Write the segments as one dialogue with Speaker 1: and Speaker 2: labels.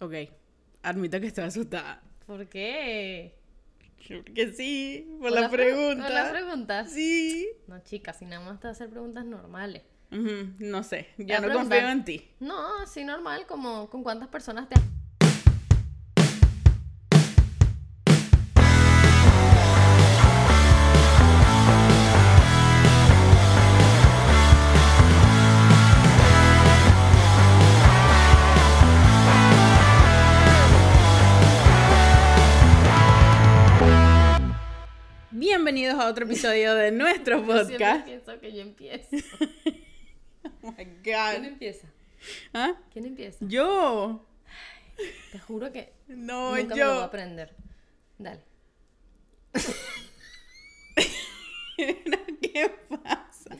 Speaker 1: Ok, admito que estoy asustada.
Speaker 2: ¿Por qué?
Speaker 1: Porque sí, por
Speaker 2: Con
Speaker 1: la,
Speaker 2: las pre-
Speaker 1: pregunta.
Speaker 2: con las preguntas.
Speaker 1: Sí.
Speaker 2: No, chicas, si nada más te vas a hacer preguntas normales.
Speaker 1: Ujú, No sé, ya
Speaker 2: Te voy
Speaker 1: no
Speaker 2: a
Speaker 1: confío
Speaker 2: preguntar.
Speaker 1: en ti.
Speaker 2: No, sí, normal, como con cuántas personas te has...
Speaker 1: Bienvenidos a otro episodio de nuestro
Speaker 2: Yo siempre
Speaker 1: podcast.
Speaker 2: pienso que yo empiezo.
Speaker 1: Oh my
Speaker 2: ¿Quién
Speaker 1: God.
Speaker 2: empieza?
Speaker 1: ¿Ah?
Speaker 2: ¿Quién empieza?
Speaker 1: Yo.
Speaker 2: Te juro que
Speaker 1: No,
Speaker 2: nunca me lo voy a
Speaker 1: yo.
Speaker 2: aprender. Dale.
Speaker 1: ¿Qué pasa?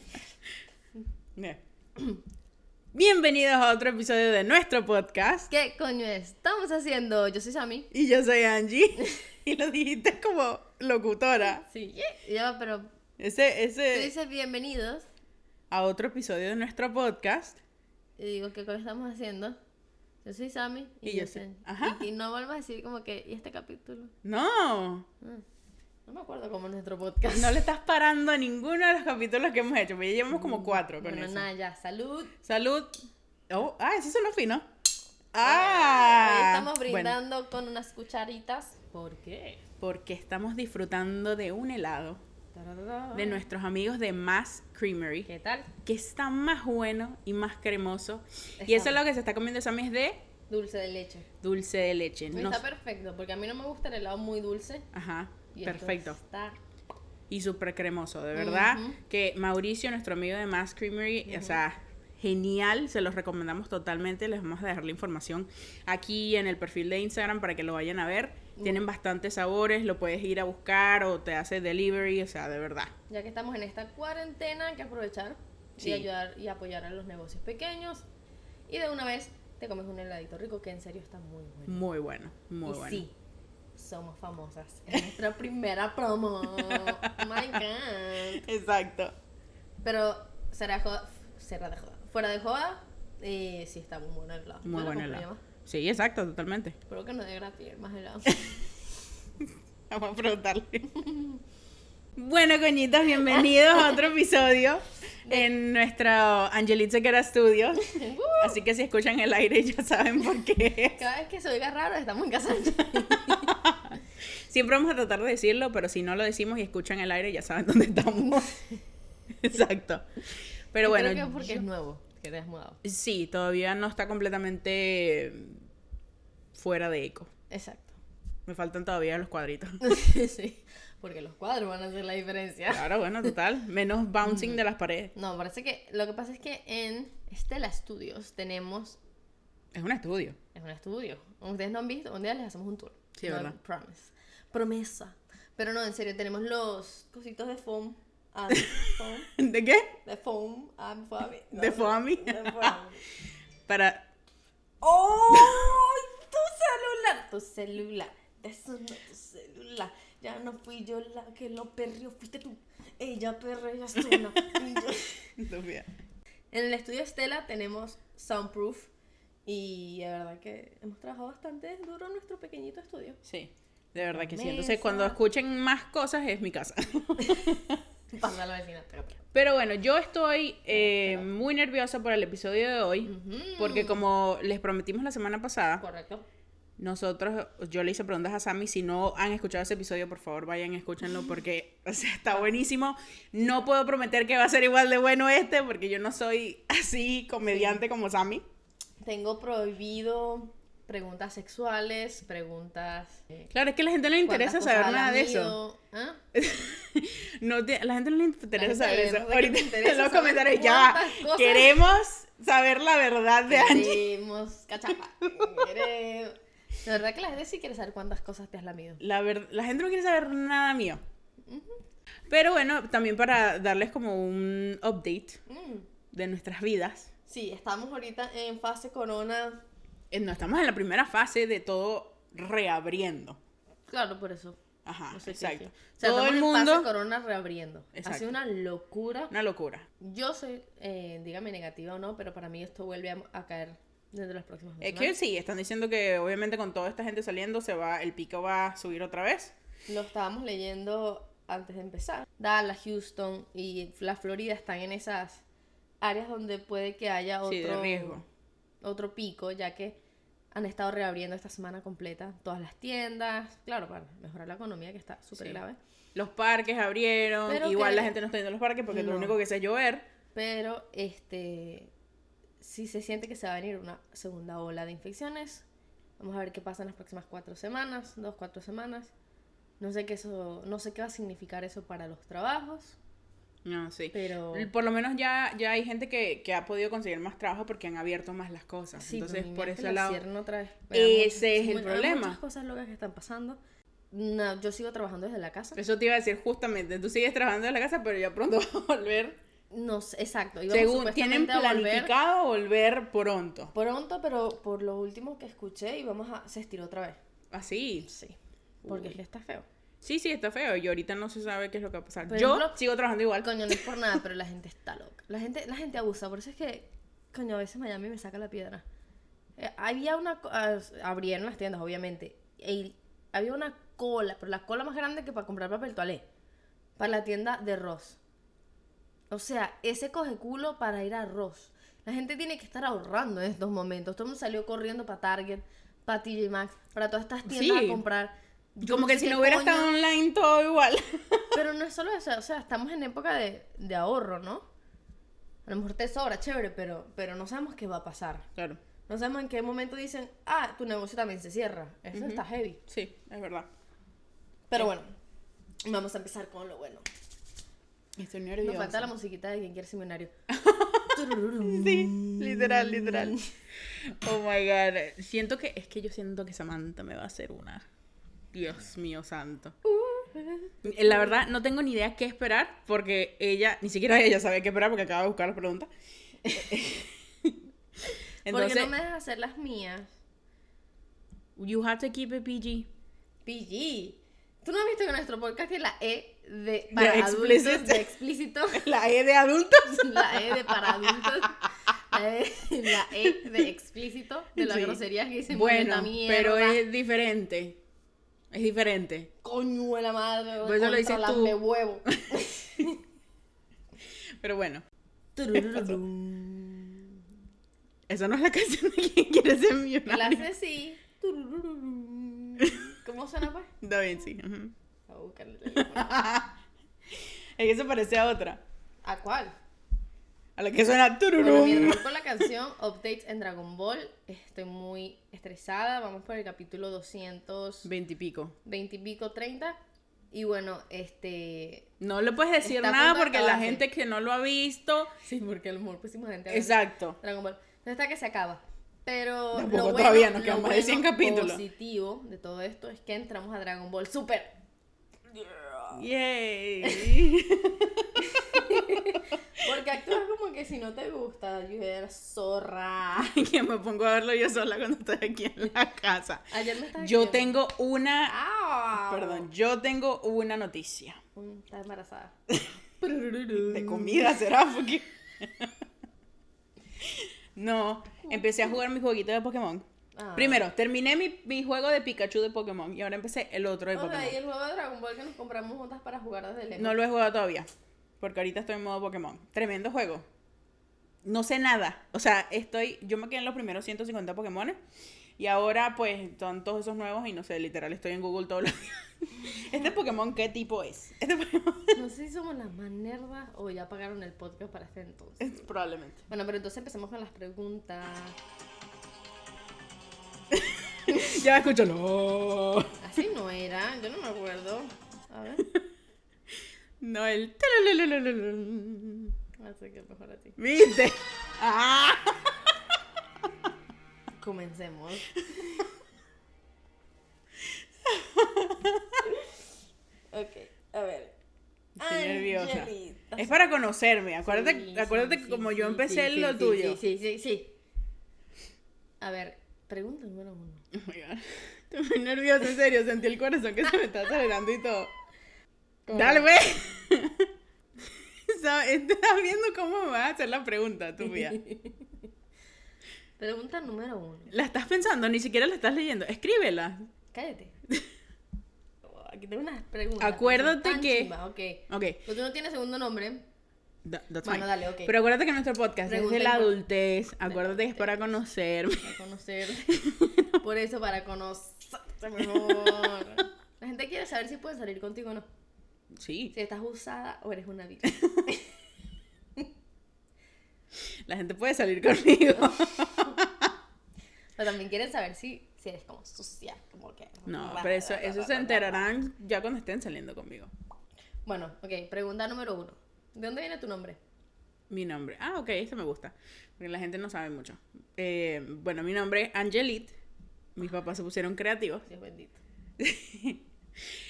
Speaker 1: Bien. Bienvenidos a otro episodio de nuestro podcast.
Speaker 2: ¿Qué coño estamos haciendo? Yo soy Sammy.
Speaker 1: Y yo soy Angie. Y lo dijiste como locutora.
Speaker 2: Sí, ye- ya, pero
Speaker 1: Ese,
Speaker 2: tú
Speaker 1: ese.
Speaker 2: dices bienvenidos
Speaker 1: A otro episodio de nuestro podcast.
Speaker 2: y digo, ¿qué coño estamos haciendo? Yo soy Sammy
Speaker 1: Y yo soy-
Speaker 2: Jen.
Speaker 1: ajá.
Speaker 2: Y, y no vuelvas a decir como que, ¿y este capítulo?
Speaker 1: No.
Speaker 2: Mm. No me acuerdo cómo es nuestro podcast.
Speaker 1: No le estás parando a ninguno de los capítulos que hemos hecho. porque Ya llevamos como cuatro con
Speaker 2: Mm, Bueno,
Speaker 1: eso.
Speaker 2: nada, ya, salud.
Speaker 1: Salud. Oh, ah, eso sonó fino.
Speaker 2: Hoy
Speaker 1: Ah.
Speaker 2: estamos
Speaker 1: bueno,
Speaker 2: brindando con unas cucharitas. ¿Por qué?
Speaker 1: porque estamos disfrutando de un helado de
Speaker 2: De-
Speaker 1: nuestros amigos de Mass Creamery,
Speaker 2: ¿Qué tal?
Speaker 1: que está más bueno y más cremoso. Y
Speaker 2: Está
Speaker 1: eso es lo que se está comiendo Sammy es de
Speaker 2: Dulce de leche.
Speaker 1: dulce de leche.
Speaker 2: Hoy
Speaker 1: No-
Speaker 2: Está perfecto, porque a mí no me gusta el helado muy dulce.
Speaker 1: Ajá,
Speaker 2: y esto
Speaker 1: perfecto.
Speaker 2: Está
Speaker 1: Y súper cremoso, de verdad.
Speaker 2: Ujú.
Speaker 1: Que Mauricio, nuestro amigo de Mass Creamery, o sea, genial, se los recomendamos totalmente. Les vamos a dejar la información aquí en el perfil de Instagram para que lo vayan a ver. Tienen bastantes sabores, lo puedes ir a buscar o te hace delivery, o sea, de verdad.
Speaker 2: Ya que estamos en esta cuarentena, hay que aprovechar
Speaker 1: Sí.
Speaker 2: y ayudar y apoyar a los negocios pequeños. Y de una vez te comes un heladito rico que en serio está muy bueno.
Speaker 1: Muy bueno, muy
Speaker 2: y
Speaker 1: bueno.
Speaker 2: sí, somos famosas. Es nuestra primera promo. Oh my God.
Speaker 1: Exacto.
Speaker 2: Pero será de joda, será de joda. Fuera de joda, eh, sí está muy bueno el helado.
Speaker 1: Muy
Speaker 2: Yo lo
Speaker 1: bueno
Speaker 2: compré,
Speaker 1: helado.
Speaker 2: además.
Speaker 1: Sí, exacto, totalmente.
Speaker 2: Espero que no dé gratis el más helado.
Speaker 1: Vamos a preguntarle. Bueno, coñitas, bienvenidos a otro episodio en nuestro Angelit Sequera Studios. Así que si escuchan el aire ya saben por qué.
Speaker 2: Cada vez que se oiga raro, estamos en casa.
Speaker 1: Siempre vamos a tratar de decirlo, pero si no lo decimos y escuchan el aire ya saben dónde estamos. Exacto. Pero bueno,
Speaker 2: Creo que porque
Speaker 1: yo-
Speaker 2: es nuevo, que te has mudado.
Speaker 1: sí, todavía no está completamente fuera de eco.
Speaker 2: Exacto.
Speaker 1: Me faltan todavía los cuadritos.
Speaker 2: sí, porque los cuadros van a hacer la diferencia.
Speaker 1: Claro, bueno, total. Menos
Speaker 2: Mm.
Speaker 1: bouncing de las paredes.
Speaker 2: No, parece que lo que pasa es que en Estela Studios tenemos.
Speaker 1: Es un estudio.
Speaker 2: Es un estudio. Ustedes no han visto, un día les hacemos un tour.
Speaker 1: Sí,
Speaker 2: No,
Speaker 1: verdad.
Speaker 2: Promise. Promesa. Pero no, en serio, tenemos los cositos de foam. Ah, foam.
Speaker 1: ¿De qué?
Speaker 2: De foam. Ah, me fue a mí. No,
Speaker 1: De
Speaker 2: no,
Speaker 1: foamy.
Speaker 2: De foamy.
Speaker 1: Para
Speaker 2: ¡Oh! ¡Tu celular! Tu celular. Eso no tu celular. Ya no fui yo la que lo perrió, fuiste tú. Ella perreó, ella tú, no fui yo.
Speaker 1: Estúpida.
Speaker 2: En el estudio Estela tenemos Soundproof. Y de verdad que hemos trabajado bastante duro en nuestro pequeñito estudio.
Speaker 1: Sí, de verdad que sí.
Speaker 2: Mesa.
Speaker 1: Entonces, cuando escuchen más cosas, es mi casa.
Speaker 2: Pasa a la vecina. pega, pega.
Speaker 1: Pero bueno, yo estoy eh, muy nerviosa por el episodio de hoy,
Speaker 2: Ujú.
Speaker 1: porque como les prometimos la semana pasada,
Speaker 2: Correcto.
Speaker 1: nosotros, yo le hice preguntas a Sammy, si no han escuchado ese episodio, por favor vayan, escúchenlo, porque o sea, está buenísimo. No puedo prometer que va a ser igual de bueno este, porque yo no soy así comediante como Sammy.
Speaker 2: Tengo prohibido preguntas sexuales, preguntas. eh,
Speaker 1: Claro, es que a la gente no le interesa
Speaker 2: ¿cuántas
Speaker 1: saber
Speaker 2: cosas
Speaker 1: nada
Speaker 2: has
Speaker 1: de eso.
Speaker 2: lamido? ¿Ah?
Speaker 1: No te- la gente no le interesa
Speaker 2: La
Speaker 1: saber
Speaker 2: gente
Speaker 1: eso.
Speaker 2: de verdad que
Speaker 1: Ahorita
Speaker 2: le interesa
Speaker 1: en los
Speaker 2: saber
Speaker 1: comentarios ya va.
Speaker 2: cuántas cosas-
Speaker 1: queremos saber la verdad de Angie.
Speaker 2: Queremos cachapa. Queremos- La verdad que la gente sí quiere saber cuántas cosas te has lamido.
Speaker 1: La, ver- la gente no quiere saber nada mío. Pero bueno, también para darles como un update
Speaker 2: Mm.
Speaker 1: de nuestras vidas.
Speaker 2: Sí, estamos ahorita en fase corona.
Speaker 1: Eh, No estamos en la primera fase de todo reabriendo.
Speaker 2: Claro, por eso.
Speaker 1: Ajá,
Speaker 2: No sé qué
Speaker 1: exacto.
Speaker 2: decir. O sea,
Speaker 1: todo
Speaker 2: estamos
Speaker 1: el
Speaker 2: en fase
Speaker 1: mundo.
Speaker 2: corona reabriendo. Ha
Speaker 1: Exacto.
Speaker 2: sido una locura.
Speaker 1: Una locura.
Speaker 2: Yo soy, eh, dígame negativa o no, pero para mí esto vuelve a, a caer Desde las próximas
Speaker 1: Es
Speaker 2: meses.
Speaker 1: que sí, están diciendo que obviamente con toda esta gente saliendo se va, el pico va a subir otra vez.
Speaker 2: Lo estábamos leyendo antes de empezar. Dallas, Houston y la Florida están en esas áreas donde puede que haya otro,
Speaker 1: Sí, de riesgo.
Speaker 2: otro pico, ya que han estado reabriendo esta semana completa todas las tiendas, claro, para mejorar la economía que está súper
Speaker 1: Sí.
Speaker 2: grave.
Speaker 1: Los parques abrieron,
Speaker 2: Pero
Speaker 1: igual
Speaker 2: que-
Speaker 1: la gente no está yendo a los parques porque
Speaker 2: No.
Speaker 1: lo único que hace es llover.
Speaker 2: Pero este si se siente que se va a venir una segunda ola de infecciones. Vamos a ver qué pasa en las próximas cuatro semanas, dos, cuatro semanas. No sé qué eso, no sé qué va a significar eso para los trabajos,
Speaker 1: No, sí.
Speaker 2: pero
Speaker 1: Por lo menos ya, ya hay gente que, que ha podido conseguir más trabajo porque han abierto más las cosas.
Speaker 2: sí,
Speaker 1: Entonces,
Speaker 2: pero
Speaker 1: por
Speaker 2: mira que
Speaker 1: ese
Speaker 2: la
Speaker 1: lado.
Speaker 2: cierran otra vez.
Speaker 1: Ese
Speaker 2: Hay
Speaker 1: es el
Speaker 2: hay
Speaker 1: problema.
Speaker 2: Muchas cosas locas que están pasando. No, yo sigo trabajando desde la casa.
Speaker 1: Eso te iba a decir justamente. Tú sigues trabajando en la casa, pero ya pronto vas a volver.
Speaker 2: No, sé, exacto. íbamos
Speaker 1: Según tienen
Speaker 2: supuestamente a volver
Speaker 1: planificado volver pronto.
Speaker 2: pronto, pero por lo último que escuché y vamos a se estiró otra vez.
Speaker 1: Así.
Speaker 2: Sí.
Speaker 1: Uy.
Speaker 2: Porque es que está feo.
Speaker 1: Sí, sí, está feo. Y ahorita no se sabe qué es lo que va a pasar.
Speaker 2: Por
Speaker 1: Yo
Speaker 2: ejemplo,
Speaker 1: sigo trabajando igual.
Speaker 2: Coño, no es por nada, pero la gente está loca. La gente, la gente abusa, por eso es que, coño, a veces Miami me saca la piedra. Eh, había una... co- ah, abrieron las tiendas, obviamente. y había una cola, pero la cola más grande que para comprar papel toalé. Para la tienda de Ross. O sea, ese coge culo para ir a Ross. La gente tiene que estar ahorrando en estos momentos. Todo el mundo salió corriendo para Target, para TJ Maxx, para todas estas tiendas
Speaker 1: Sí.
Speaker 2: a comprar. Yo
Speaker 1: Como
Speaker 2: no
Speaker 1: que
Speaker 2: sé
Speaker 1: si
Speaker 2: qué
Speaker 1: no hubiera
Speaker 2: coño-
Speaker 1: estado online todo igual.
Speaker 2: pero no es solo eso, o sea, estamos en época de, de ahorro, ¿no? A lo mejor te sobra, chévere, pero, pero no sabemos qué va a pasar.
Speaker 1: Claro.
Speaker 2: No sabemos en qué momento dicen, ah, tu negocio también se cierra. Eso está heavy.
Speaker 1: Sí, es verdad.
Speaker 2: Pero bueno, vamos a empezar con lo bueno.
Speaker 1: Estoy
Speaker 2: Nos
Speaker 1: nerviosa.
Speaker 2: falta la musiquita de quien quiere seminario.
Speaker 1: Sí, literal, literal. Oh my god. Siento que, es que yo siento que Samantha me va a hacer una. Dios mío santo. La verdad, no tengo ni idea qué esperar porque ella, ni siquiera ella sabe qué esperar porque acaba de buscar las preguntas.
Speaker 2: Porque
Speaker 1: Entonces,
Speaker 2: no me dejas hacer las mías.
Speaker 1: you have to keep it PG.
Speaker 2: PG. ¿Tú no has visto que en nuestro podcast es la E de
Speaker 1: explícito.
Speaker 2: adultos, de explícito?
Speaker 1: La E de adulto.
Speaker 2: La E de para adultos. La E, la E de explícito. De las
Speaker 1: Sí.
Speaker 2: groserías que dicen
Speaker 1: Bueno,
Speaker 2: puñeta, mierda,
Speaker 1: pero es diferente. Es diferente.
Speaker 2: Coño de la madre.
Speaker 1: Por eso lo dices
Speaker 2: contra
Speaker 1: tú.
Speaker 2: lambe huevo.
Speaker 1: Pero bueno,
Speaker 2: Turururum.
Speaker 1: esa no es la canción de quien quiere ser
Speaker 2: El
Speaker 1: millonario.
Speaker 2: hace así. Turururum. ¿Cómo suena pues?
Speaker 1: Está bien, sí. ujú.
Speaker 2: A buscarle el teléfono.
Speaker 1: Es que se parece a otra.
Speaker 2: ¿A cuál?
Speaker 1: A la que suena
Speaker 2: Bueno,
Speaker 1: tururum.
Speaker 2: mientras voy con la canción Updates en Dragon Ball, estoy muy estresada. Vamos por el capítulo 200.
Speaker 1: Veintipico.
Speaker 2: 20 y pico, 30. Y bueno, este.
Speaker 1: No le puedes decir
Speaker 2: Está a
Speaker 1: nada
Speaker 2: punto de
Speaker 1: porque la
Speaker 2: acabarse.
Speaker 1: gente que no lo ha visto.
Speaker 2: Sí, porque a lo mejor pusimos gente a ver
Speaker 1: Exacto.
Speaker 2: Dragon Ball. Entonces está que se acaba. Pero
Speaker 1: Tampoco todavía, nos
Speaker 2: lo
Speaker 1: quedan más de 100 capítulos.
Speaker 2: positivo de todo esto es que entramos a Dragon Ball Super.
Speaker 1: Ah. Yay.
Speaker 2: Porque actúas como que si no te gusta, yo era zorra.
Speaker 1: que me pongo a verlo yo sola cuando estoy aquí en la casa.
Speaker 2: Ayer me estaba
Speaker 1: Yo
Speaker 2: escribiendo-
Speaker 1: tengo una.
Speaker 2: ¡Au!
Speaker 1: Perdón, yo tengo una noticia.
Speaker 2: Mm, Estás embarazada.
Speaker 1: De comida será porque. No, empecé a jugar mi jueguito de Pokémon.
Speaker 2: Ah.
Speaker 1: Primero, terminé mi, mi juego de Pikachu de Pokémon y ahora empecé el otro de
Speaker 2: O sea, y
Speaker 1: Pokémon.
Speaker 2: el juego de Dragon Ball que nos compramos juntas para jugar desde lejos.
Speaker 1: No lo he jugado todavía, porque ahorita estoy en modo Pokémon. Tremendo juego. No sé nada. O sea, estoy. Yo me quedé en los primeros 150 Pokémon. Y ahora, pues, están todos esos nuevos y no sé, literal, estoy en Google todos los días. ¿Este Pokémon qué tipo es? Este Pokémon.
Speaker 2: No sé si somos las más nerdas o ya pagaron el podcast para este entonces.
Speaker 1: Probablemente.
Speaker 2: Bueno, pero entonces empezamos con las preguntas.
Speaker 1: Ya escúchalo.
Speaker 2: Así no era, yo no me acuerdo. A ver,
Speaker 1: No, el. talalalalala.
Speaker 2: así que mejor así.
Speaker 1: ¿Viste? ¡Ah!
Speaker 2: Comencemos. ok, a ver.
Speaker 1: Estoy nerviosa.
Speaker 2: Angelita.
Speaker 1: Es para conocerme. Acuérdate,
Speaker 2: Sí,
Speaker 1: acuérdate
Speaker 2: sí,
Speaker 1: que
Speaker 2: sí,
Speaker 1: como
Speaker 2: sí,
Speaker 1: yo empecé
Speaker 2: sí,
Speaker 1: lo
Speaker 2: sí,
Speaker 1: tuyo.
Speaker 2: Sí, sí, sí, sí. A ver, pregunta número uno.
Speaker 1: Oh my God. Estoy muy nerviosa, en serio. Sentí el corazón que se me está acelerando y todo. Dale, pues. ve. Sabe- Estás viendo cómo me vas a hacer la pregunta, tu vida.
Speaker 2: Pregunta número uno.
Speaker 1: La estás pensando, ni siquiera la estás leyendo. Escríbela.
Speaker 2: Cállate. Aquí tengo unas preguntas.
Speaker 1: Acuérdate
Speaker 2: Tan
Speaker 1: que-
Speaker 2: chimba, Ok.
Speaker 1: Ok.
Speaker 2: Pues tú no tienes segundo nombre.
Speaker 1: Tha- that's
Speaker 2: Bueno,
Speaker 1: fine.
Speaker 2: dale, ok.
Speaker 1: Pero acuérdate que nuestro podcast
Speaker 2: Pregunta
Speaker 1: es de la
Speaker 2: impor-
Speaker 1: adultez. Acuérdate que es para conocerme.
Speaker 2: Para conocer. Por eso, para conocerse mejor. La gente quiere saber si puedes salir contigo o no.
Speaker 1: Sí.
Speaker 2: Si estás usada o eres una virgen.
Speaker 1: La gente puede salir conmigo.
Speaker 2: Pero también quieren saber si, si eres como sucia. Como que.
Speaker 1: No, pero eso, eso se enterarán ya cuando estén saliendo conmigo.
Speaker 2: Bueno, ok. Pregunta número uno. ¿De dónde viene tu nombre?
Speaker 1: Mi nombre. Ah, ok, este me gusta. Porque la gente no sabe mucho. Eh, bueno, mi nombre es Angelit. Mis papás se pusieron creativos
Speaker 2: Dios bendito.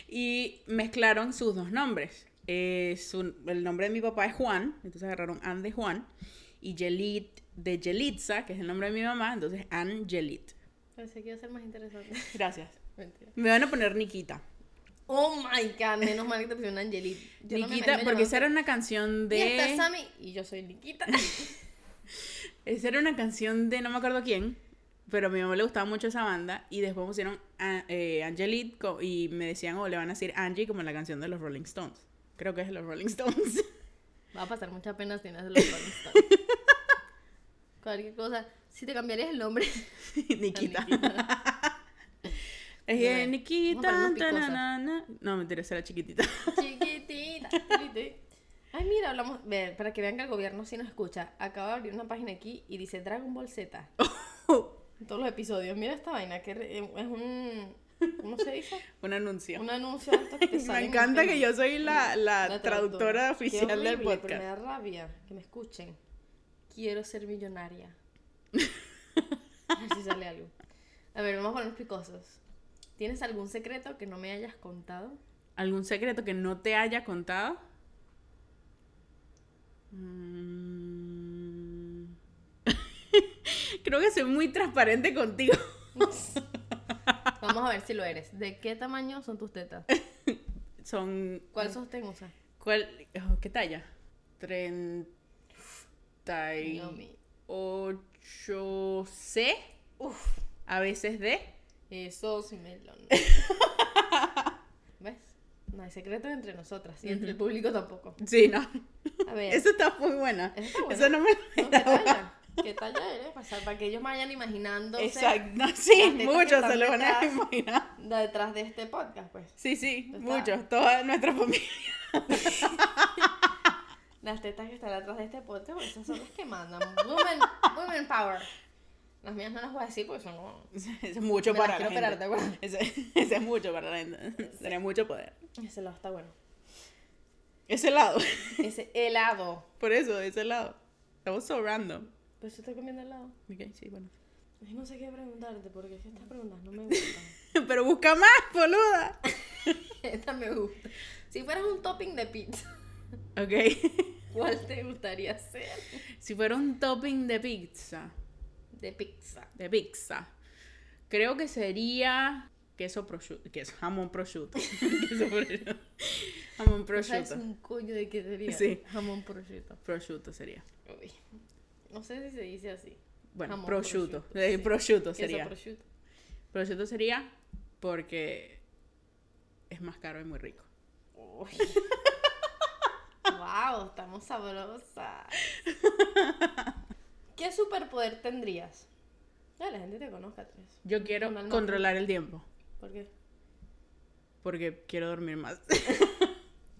Speaker 1: y mezclaron sus dos nombres. Eh, su- el nombre de mi papá es Juan, entonces agarraron Anne de Juan y Yelit de Yelitza, que es el nombre de mi mamá, entonces Angelit.
Speaker 2: Pensé que iba a ser más interesante.
Speaker 1: Gracias.
Speaker 2: Mentira.
Speaker 1: Me van a poner Nikita.
Speaker 2: Oh my god, menos mal que te pusieron Angelita. Yo no me
Speaker 1: Nikita,
Speaker 2: imagino
Speaker 1: porque esa
Speaker 2: llamando-
Speaker 1: era una canción
Speaker 2: Y está
Speaker 1: de.
Speaker 2: Sammy y yo soy Nikita.
Speaker 1: Esa era una canción de no me acuerdo quién, pero a mi mamá le gustaba mucho esa banda y después pusieron a- eh, Angelit co- y me decían, o le van a decir Angie como en la canción de los Rolling Stones. Creo que es de los Rolling Stones.
Speaker 2: Va a pasar mucha pena si no haces los Rolling Stones. Cualquier cosa. Si te cambiarías el nombre.
Speaker 1: Nikita.
Speaker 2: Nikita.
Speaker 1: Es
Speaker 2: Mira,
Speaker 1: que
Speaker 2: vamos
Speaker 1: Nikita.
Speaker 2: a ponernos
Speaker 1: tananana. No, mentira, esa era chiquitita.
Speaker 2: Chiquitita. tiriti. Ay, mira, hablamos. ve, para que vean que el gobierno sí nos escucha. Acabo de abrir una página aquí y dice Dragon Ball Z. En todos los episodios. Mira esta vaina que re- eh, es un. ¿Cómo se dice?
Speaker 1: Un anuncio.
Speaker 2: Un anuncio de estos que te
Speaker 1: Me
Speaker 2: salen en
Speaker 1: encanta que
Speaker 2: Facebook.
Speaker 1: yo soy la, la
Speaker 2: La
Speaker 1: traductora
Speaker 2: Qué
Speaker 1: oficial del
Speaker 2: horrible, pero Me
Speaker 1: podcast.
Speaker 2: da rabia que me escuchen. Quiero ser millonaria. A ver si sale algo. A ver, vamos a poner picosos. ¿Tienes algún secreto que no me hayas contado?
Speaker 1: ¿Algún secreto que no te haya contado? Mm. Creo que soy muy transparente contigo.
Speaker 2: Vamos a ver si lo eres. ¿De qué tamaño son tus tetas?
Speaker 1: Son.
Speaker 2: ¿Cuál sostén usas?
Speaker 1: ¿Cuál? oh, ¿Qué talla? 38C.
Speaker 2: Uf,
Speaker 1: A veces D.
Speaker 2: esos melones. ¿Ves? No hay secretos entre nosotras y entre el público tampoco.
Speaker 1: Sí, no.
Speaker 2: A ver.
Speaker 1: Eso está muy buena.
Speaker 2: Esa está buena.
Speaker 1: Eso no me lo
Speaker 2: No, ¿Qué
Speaker 1: esperaba.
Speaker 2: talla? ¿Qué talla eres? O sea, para que ellos vayan imaginándose
Speaker 1: Exacto. No, sí,
Speaker 2: las tetas que
Speaker 1: muchos se
Speaker 2: están
Speaker 1: lo van a
Speaker 2: detrás.
Speaker 1: imaginar.
Speaker 2: da- detrás de este podcast, pues.
Speaker 1: Sí, sí,
Speaker 2: Está.
Speaker 1: muchos. Toda nuestra familia.
Speaker 2: Las tetas que están detrás de este podcast, pues esas son las que mandan. Women, women power. Las mías no las voy a decir porque son como...
Speaker 1: Es mucho
Speaker 2: Me las
Speaker 1: para la
Speaker 2: quiero operar, ¿te acuerdas?
Speaker 1: gente. Ese, ese es mucho para la gente. Sería mucho poder.
Speaker 2: Ese lado está bueno.
Speaker 1: Ese lado.
Speaker 2: Ese helado.
Speaker 1: Por eso, ese lado. Estamos so random.
Speaker 2: Pero yo estoy comiendo helado.
Speaker 1: Ok, sí, bueno.
Speaker 2: Ay, no sé qué preguntarte porque es que estas preguntas no me gustan.
Speaker 1: Pero busca más, boluda.
Speaker 2: Esta me gusta. Si fueras un topping de pizza,
Speaker 1: Ok.
Speaker 2: ¿cuál te gustaría ser?
Speaker 1: Si fuera un topping de pizza,
Speaker 2: De pizza.
Speaker 1: de pizza, creo que sería queso prosciutto, queso, jamón prosciutto. queso prosciutto. Jamón
Speaker 2: ¿No ¿Sabes
Speaker 1: prosciutto.
Speaker 2: un coño de qué sería?
Speaker 1: Sí.
Speaker 2: Jamón prosciutto.
Speaker 1: Prosciutto sería.
Speaker 2: Uy. No sé si se dice así.
Speaker 1: Bueno,
Speaker 2: Jamón
Speaker 1: prosciutto.
Speaker 2: prosciutto,
Speaker 1: Eh,
Speaker 2: sí.
Speaker 1: prosciutto
Speaker 2: Queso
Speaker 1: sería.
Speaker 2: prosciutto.
Speaker 1: Prosciutto sería porque es más caro y muy rico.
Speaker 2: Uy. wow, estamos sabrosas. ¿Qué superpoder tendrías? Ya la gente te conozca, Tres.
Speaker 1: Yo quiero
Speaker 2: Un alma-
Speaker 1: controlar el tiempo
Speaker 2: ¿Por qué?
Speaker 1: porque quiero dormir más.
Speaker 2: Esa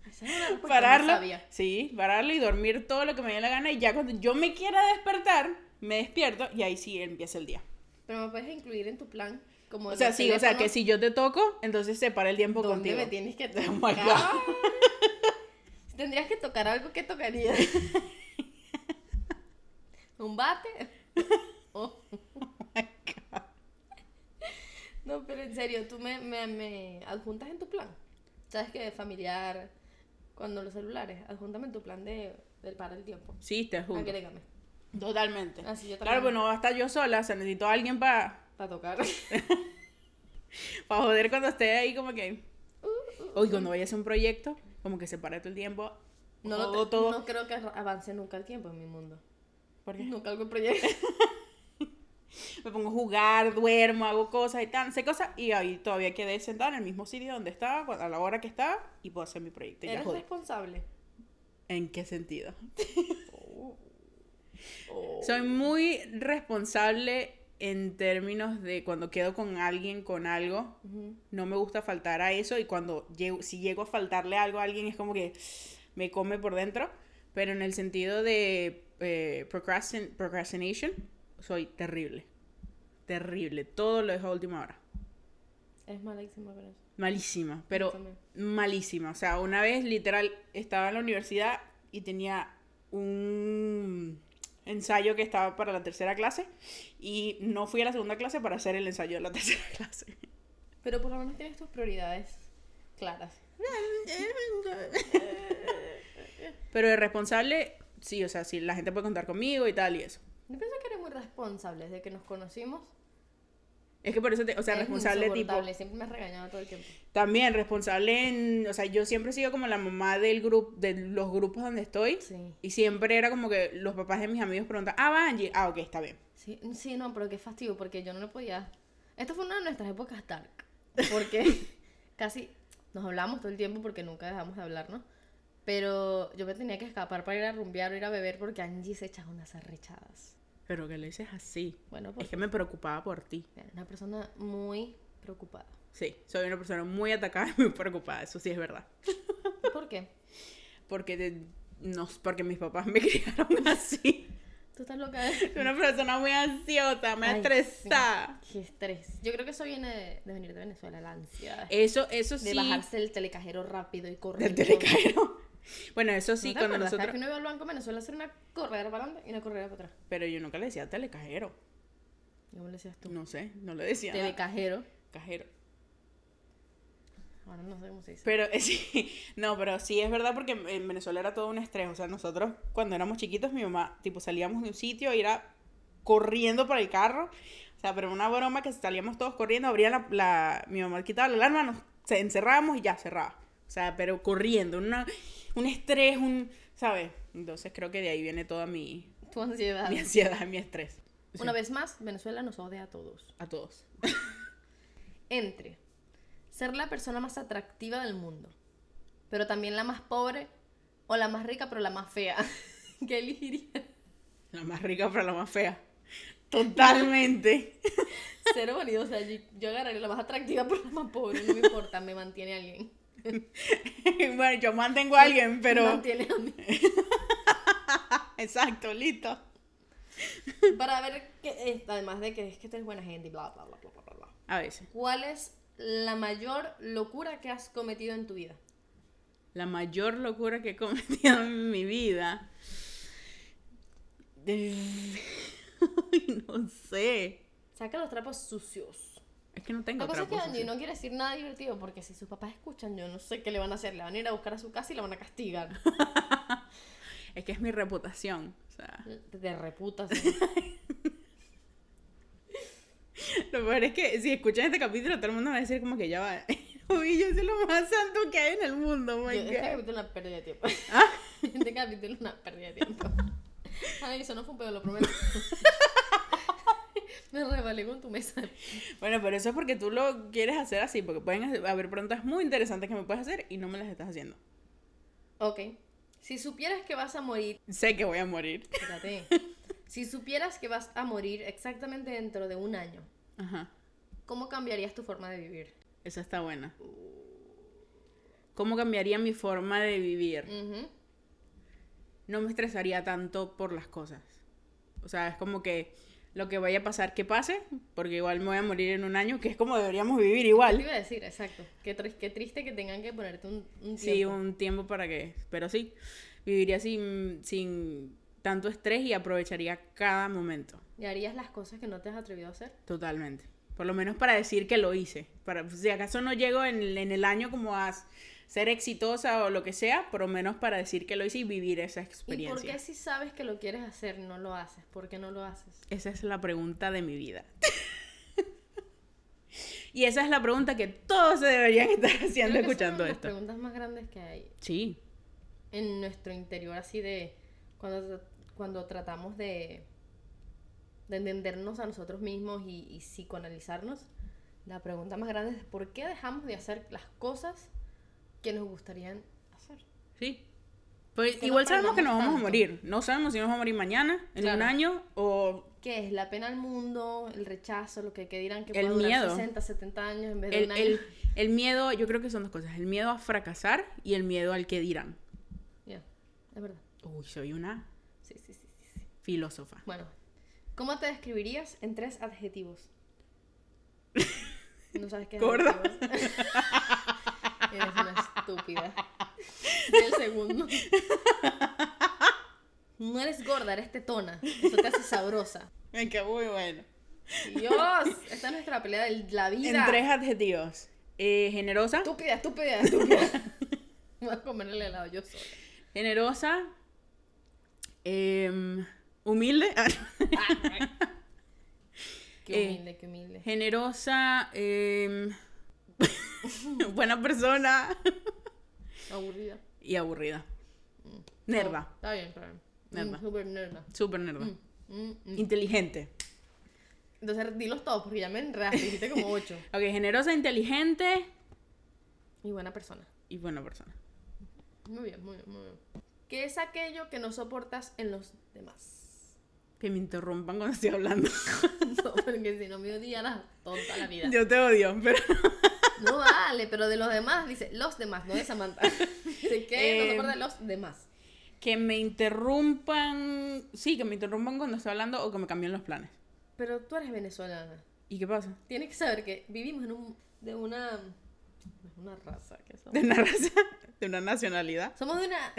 Speaker 2: es una respuesta muy
Speaker 1: pararlo.
Speaker 2: sabia.
Speaker 1: Sí, pararlo y dormir todo lo que me dé la gana y ya cuando yo me quiera despertar, me despierto y ahí sí empieza el día.
Speaker 2: Pero me puedes incluir en tu plan. Como
Speaker 1: O
Speaker 2: el
Speaker 1: sea,
Speaker 2: del
Speaker 1: sí, o sea, que
Speaker 2: teléfono,
Speaker 1: si yo te toco, entonces se para el tiempo
Speaker 2: ¿dónde
Speaker 1: contigo.
Speaker 2: me tienes que
Speaker 1: Oh my
Speaker 2: tocar?
Speaker 1: God.
Speaker 2: Tendrías que tocar algo que tocarías. ¿Un bate? Oh. No, pero en serio, tú me, me, me adjuntas en tu plan. Sabes que familiar, cuando los celulares, adjúntame en tu plan de, del para el tiempo.
Speaker 1: Sí, te juro.
Speaker 2: Agrégame.
Speaker 1: Totalmente.
Speaker 2: Ah, sí, yo
Speaker 1: claro,
Speaker 2: también.
Speaker 1: pues no va a estar yo sola, o sea, necesito a alguien para
Speaker 2: Para tocar.
Speaker 1: para joder cuando esté ahí como que... Uy, cuando vayas a hacer un proyecto, como que se para todo el tiempo.
Speaker 2: No,
Speaker 1: No,
Speaker 2: lo
Speaker 1: todo,
Speaker 2: te-
Speaker 1: todo.
Speaker 2: no creo que avance nunca el tiempo en mi mundo.
Speaker 1: ¿Por qué?
Speaker 2: Nunca algo proyecto.
Speaker 1: me pongo a jugar, duermo, hago cosas y tal, sé cosas, y ahí todavía quedé sentada en el mismo sitio donde estaba, cu- a la hora que estaba, y puedo hacer mi proyecto. y ya
Speaker 2: Eres
Speaker 1: jodí.
Speaker 2: responsable.
Speaker 1: ¿En qué sentido?
Speaker 2: Oh.
Speaker 1: Soy muy responsable en términos de cuando quedo con alguien con algo,
Speaker 2: Ujú.
Speaker 1: no me gusta faltar a eso y cuando llego, si llego a faltarle algo a alguien es como que me come por dentro, pero en el sentido de eh, procrastin- procrastination soy terrible, terrible, todo lo dejo a última hora,
Speaker 2: Eres malísima con eso.
Speaker 1: malísima, pero
Speaker 2: también.
Speaker 1: malísima, o sea, una vez literal estaba en la universidad y tenía un ensayo que estaba para la tercera clase y no fui a la segunda clase para hacer el ensayo de la tercera clase.
Speaker 2: Pero por lo menos tienes tus prioridades claras.
Speaker 1: Pero de responsable, sí, o sea, sí, la gente puede contar conmigo y tal y eso.
Speaker 2: Yo pienso que eres muy responsable desde que nos conocimos.
Speaker 1: Es que por eso, te- o sea,
Speaker 2: eres
Speaker 1: responsable tipo...
Speaker 2: insoportable, Siempre me has regañado todo el tiempo.
Speaker 1: También responsable en... O sea, yo siempre he sido como la mamá del grupo, de los grupos donde estoy.
Speaker 2: Sí.
Speaker 1: Y siempre era como que los papás de mis amigos preguntan, ah, va Angie, ah, ok, está bien.
Speaker 2: Sí, sí, no, pero qué fastidio, porque yo no lo podía. Esto fue una de nuestras épocas dark. Porque casi nos hablamos todo el tiempo porque nunca dejamos de hablarnos. Pero yo me tenía que escapar para ir a rumbear o ir a beber porque Angie se echaba unas arrechadas.
Speaker 1: Pero que le dices así.
Speaker 2: Bueno,
Speaker 1: Es
Speaker 2: porque
Speaker 1: que me preocupaba por ti.
Speaker 2: era una persona muy preocupada.
Speaker 1: Sí, soy una persona muy atacada y muy preocupada, eso sí es verdad.
Speaker 2: ¿Por qué?
Speaker 1: Porque, de- no, porque mis papás me criaron así.
Speaker 2: Tú estás loca. ¿eh?
Speaker 1: Soy una persona muy ansiosa, muy
Speaker 2: Ay,
Speaker 1: estresada.
Speaker 2: sí, Qué estrés. Yo creo que eso viene de, de venir de Venezuela, la ansiedad.
Speaker 1: Eso, eso Eh, sí.
Speaker 2: de bajarse el telecajero rápido y correr.
Speaker 1: Del telecajero. Bueno, eso sí,
Speaker 2: ¿No te
Speaker 1: cuando
Speaker 2: acuerdas? Cada vez
Speaker 1: nosotros.
Speaker 2: que uno iba al banco en Venezuela hacer una corredera para adelante y una corredera para atrás.
Speaker 1: Pero yo nunca le decía telecajero.
Speaker 2: ¿Cómo le decías tú?
Speaker 1: No sé, no le decía. nada.
Speaker 2: Telecajero.
Speaker 1: Cajero.
Speaker 2: Ahora no sé cómo se dice.
Speaker 1: Pero eh, sí, no, pero sí es verdad porque en Venezuela era todo un estrés. O sea, nosotros cuando éramos chiquitos, mi mamá, tipo, salíamos de un sitio y era corriendo para el carro. O sea, pero una broma que salíamos todos corriendo, abría la, la- mi mamá quitaba la alarma, nos se encerramos y ya cerraba. O sea, pero corriendo, una, un estrés, un, ¿sabes? Entonces creo que de ahí viene toda mi,
Speaker 2: Tu ansiedad.
Speaker 1: mi ansiedad, mi estrés.
Speaker 2: Ah. Una vez más, Venezuela nos odia a todos.
Speaker 1: A todos.
Speaker 2: Entre ser la persona más atractiva del mundo, pero también la más pobre o la más rica pero la más fea. ¿Qué elegiría?
Speaker 1: La más rica para la más fea. Totalmente.
Speaker 2: Cero bonito, o sea, yo, yo agarraría la más atractiva pero la más pobre, no me importa, me mantiene alguien.
Speaker 1: bueno, yo mantengo a alguien,
Speaker 2: Me
Speaker 1: pero...
Speaker 2: mantiene a mí.
Speaker 1: Exacto, listo.
Speaker 2: Para ver que es- además de que es que tú eres buena gente y bla bla bla bla bla, bla bla.
Speaker 1: A veces.
Speaker 2: ¿Cuál es la mayor locura que has cometido en tu vida?
Speaker 1: La mayor locura que he cometido en mi vida... Ay, no sé.
Speaker 2: Saca los trapos sucios.
Speaker 1: Es que no tengo
Speaker 2: La cosa es que
Speaker 1: trapos
Speaker 2: Angie
Speaker 1: sucios.
Speaker 2: no quiere decir nada divertido porque si sus papás escuchan, yo no sé qué le van a hacer. Le van a ir a buscar a su casa y la van a castigar.
Speaker 1: Es que es mi reputación. O sea,
Speaker 2: Te- Te reputas.
Speaker 1: lo peor es que si escuchan este capítulo, todo el mundo va a decir como que ya va. Uy, yo soy lo más santo que hay en el mundo, oh
Speaker 2: Yo-
Speaker 1: my
Speaker 2: este
Speaker 1: God. ¿Ah?
Speaker 2: capítulo es una pérdida de tiempo. Este capítulo es una pérdida de tiempo. Ay, eso no fue un pedo, lo prometo. Me rebalé con tu mesa.
Speaker 1: Bueno, pero eso es porque tú lo quieres hacer así, porque pueden hacer- haber preguntas muy interesantes que me puedes hacer y no me las estás haciendo.
Speaker 2: Ok. Si supieras que vas a morir
Speaker 1: Sé que voy a morir.
Speaker 2: Espérate. Si supieras que vas a morir exactamente dentro de un año,
Speaker 1: Ajá,
Speaker 2: ¿cómo cambiarías tu forma de vivir?
Speaker 1: esa está buena. ¿Cómo cambiaría mi forma de vivir?
Speaker 2: Ujú.
Speaker 1: No me estresaría tanto por las cosas. O sea, es como que lo que vaya a pasar, que pase, porque igual me voy a morir en un año, que es como deberíamos vivir
Speaker 2: Te
Speaker 1: igual.
Speaker 2: iba a decir, exacto. Qué, tris- qué triste que tengan que ponerte un, un
Speaker 1: Sí,
Speaker 2: tiempo.
Speaker 1: un tiempo para que... Pero sí, viviría sin, sin tanto estrés y aprovecharía cada momento.
Speaker 2: ¿Y harías las cosas que no te has atrevido a hacer?
Speaker 1: Totalmente. Por lo menos para decir que lo hice. Para, si acaso no llego en, el- en el año como a s- ser exitosa o lo que sea, por lo menos para decir que lo hice y vivir esa
Speaker 2: ¿Y por
Speaker 1: experiencia.
Speaker 2: qué si sabes que lo quieres hacer no lo haces? ¿Por qué no lo haces?
Speaker 1: Esa es la pregunta de mi vida. y esa es la pregunta que todos se deberían estar
Speaker 2: Creo
Speaker 1: haciendo
Speaker 2: que esa es
Speaker 1: escuchando
Speaker 2: una de las
Speaker 1: esto.
Speaker 2: preguntas más grandes que hay
Speaker 1: Sí,
Speaker 2: en nuestro interior, así de cuando, cuando tratamos de de entendernos a nosotros mismos y, y psicoanalizarnos, la pregunta más grande es ¿por qué dejamos de hacer las cosas que nos gustarían hacer?
Speaker 1: Sí. Pues
Speaker 2: Que no
Speaker 1: igual sabemos que nos
Speaker 2: aprendamos
Speaker 1: vamos a
Speaker 2: tanto.
Speaker 1: morir. No sabemos si nos vamos a morir mañana, en
Speaker 2: Claro.
Speaker 1: un año o
Speaker 2: ¿Qué es? La pena al mundo, el rechazo, lo que, que dirán que
Speaker 1: El
Speaker 2: puede durar
Speaker 1: miedo.
Speaker 2: 60, 70 años en vez de
Speaker 1: el,
Speaker 2: un año.
Speaker 1: el, el miedo, yo creo que son dos cosas. El miedo a fracasar y el miedo al que dirán.
Speaker 2: Ya, es verdad.
Speaker 1: Uy, soy una
Speaker 2: Sí, sí, sí, sí, sí.
Speaker 1: filósofa.
Speaker 2: Bueno, ¿cómo te describirías en tres adjetivos? No sabes qué es
Speaker 1: Gorda.
Speaker 2: adjetivos. Eres una estúpida. El segundo. No eres gorda, eres tetona. Eso te hace sabrosa.
Speaker 1: Me quedó muy bueno.
Speaker 2: Dios, esta es nuestra pelea de la vida.
Speaker 1: En tres adjetivos. Eh, generosa.
Speaker 2: Estúpida, estúpida, estúpida. Voy a comer el helado yo sola.
Speaker 1: Generosa. em, humilde. Ah,
Speaker 2: Qué
Speaker 1: Eh,
Speaker 2: humilde, Ah, qué humilde.
Speaker 1: generosa. em, buena persona.
Speaker 2: Aburrida.
Speaker 1: Y aburrida. Nerda.
Speaker 2: No, está bien, está bien.
Speaker 1: Nerda.
Speaker 2: Mm, Súper nerda.
Speaker 1: Súper nerda.
Speaker 2: Mm, mm.
Speaker 1: Inteligente.
Speaker 2: Entonces dilos todos, porque ya me enredaste, dijiste como ocho.
Speaker 1: Ok, generosa, inteligente
Speaker 2: Y buena persona.
Speaker 1: y buena persona.
Speaker 2: Muy bien, muy bien, muy bien. ¿Qué es aquello que no soportas en los demás?
Speaker 1: Que me interrumpan cuando estoy hablando.
Speaker 2: No, porque si no me odiaras toda la vida.
Speaker 1: Yo te odio, pero.
Speaker 2: No vale, pero de los demás, dice, los demás, no de Samantha. Dice que no
Speaker 1: Eh,
Speaker 2: soportas los demás.
Speaker 1: Que me interrumpan. Sí, que me interrumpan cuando estoy hablando o que me cambien los planes.
Speaker 2: Pero tú eres venezolana.
Speaker 1: ¿Y qué pasa?
Speaker 2: Tienes que saber que vivimos en un, de una... no es una raza que
Speaker 1: De
Speaker 2: somos.
Speaker 1: una raza, de una nacionalidad.
Speaker 2: Somos de una...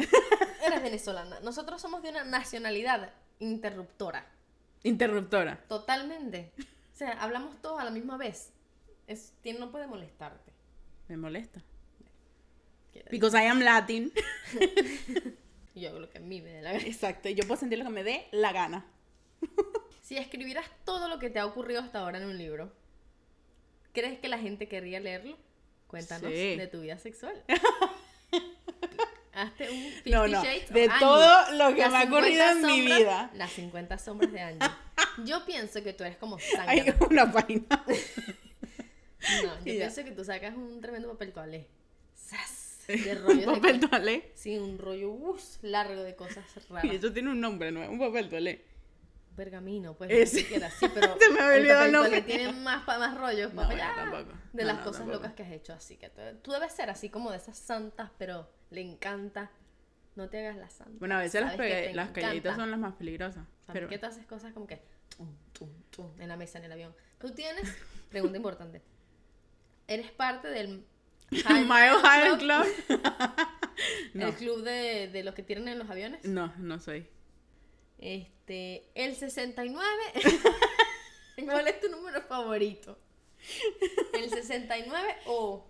Speaker 2: Eres venezolana. Nosotros somos de una nacionalidad interruptora.
Speaker 1: Interruptora.
Speaker 2: Totalmente. O sea, hablamos todos a la misma vez. Es, tiene- no puede molestarte.
Speaker 1: Me molesta.
Speaker 2: Quiero decir,
Speaker 1: Because I am Latin.
Speaker 2: Yo hago lo que a mí me dé la gana.
Speaker 1: Exacto. y Yo puedo sentir lo que me dé la gana.
Speaker 2: Si escribieras todo lo que te ha ocurrido hasta ahora en un libro, ¿crees que la gente querría leerlo? Cuéntanos
Speaker 1: Sí.
Speaker 2: de tu vida sexual. Hazte un Fifty
Speaker 1: No, no.
Speaker 2: Shades of
Speaker 1: De
Speaker 2: Angie.
Speaker 1: todo lo que
Speaker 2: Las
Speaker 1: me ha ocurrido
Speaker 2: 50
Speaker 1: en mi
Speaker 2: sombras-
Speaker 1: vida.
Speaker 2: Las 50 sombras de Angie. Yo pienso que tú eres como
Speaker 1: Hay
Speaker 2: Zángana.
Speaker 1: una página.
Speaker 2: No, yo
Speaker 1: Y ya.
Speaker 2: pienso que tú sacas un tremendo papel toalé. ¡Sas! De
Speaker 1: un
Speaker 2: rollos de
Speaker 1: papel toalé.
Speaker 2: Sí, un rollo uf, largo de cosas
Speaker 1: Y
Speaker 2: raras.
Speaker 1: eso tiene un nombre, ¿no? Un papel toalé.
Speaker 2: Pergamino, pues,
Speaker 1: Ese.
Speaker 2: ni siquiera así, pero
Speaker 1: Se me había olvidado el
Speaker 2: papel
Speaker 1: nombre.
Speaker 2: toalé tiene más, pa- más rollos
Speaker 1: No,
Speaker 2: pa'
Speaker 1: bueno,
Speaker 2: allá,
Speaker 1: tampoco.
Speaker 2: de
Speaker 1: No,
Speaker 2: las
Speaker 1: no,
Speaker 2: cosas
Speaker 1: tampoco.
Speaker 2: locas que has hecho. Así que tú, tú debes ser así como de esas santas, pero le encanta. No te hagas la santa.
Speaker 1: Bueno, a veces las,
Speaker 2: Sabes que
Speaker 1: pe-
Speaker 2: te
Speaker 1: las calladitas
Speaker 2: encanta.
Speaker 1: son las más peligrosas.
Speaker 2: También
Speaker 1: Pero
Speaker 2: que tú haces cosas como que tum, tum, tum, en la mesa, en el avión. Tú tienes, pregunta importante, ¿eres parte del High
Speaker 1: Mile High
Speaker 2: Club?
Speaker 1: Club.
Speaker 2: El
Speaker 1: no,
Speaker 2: club de, de los que tienen en los aviones.
Speaker 1: no, no soy.
Speaker 2: Este, el 69. ¿Cuál es tu número favorito? ¿El 69 o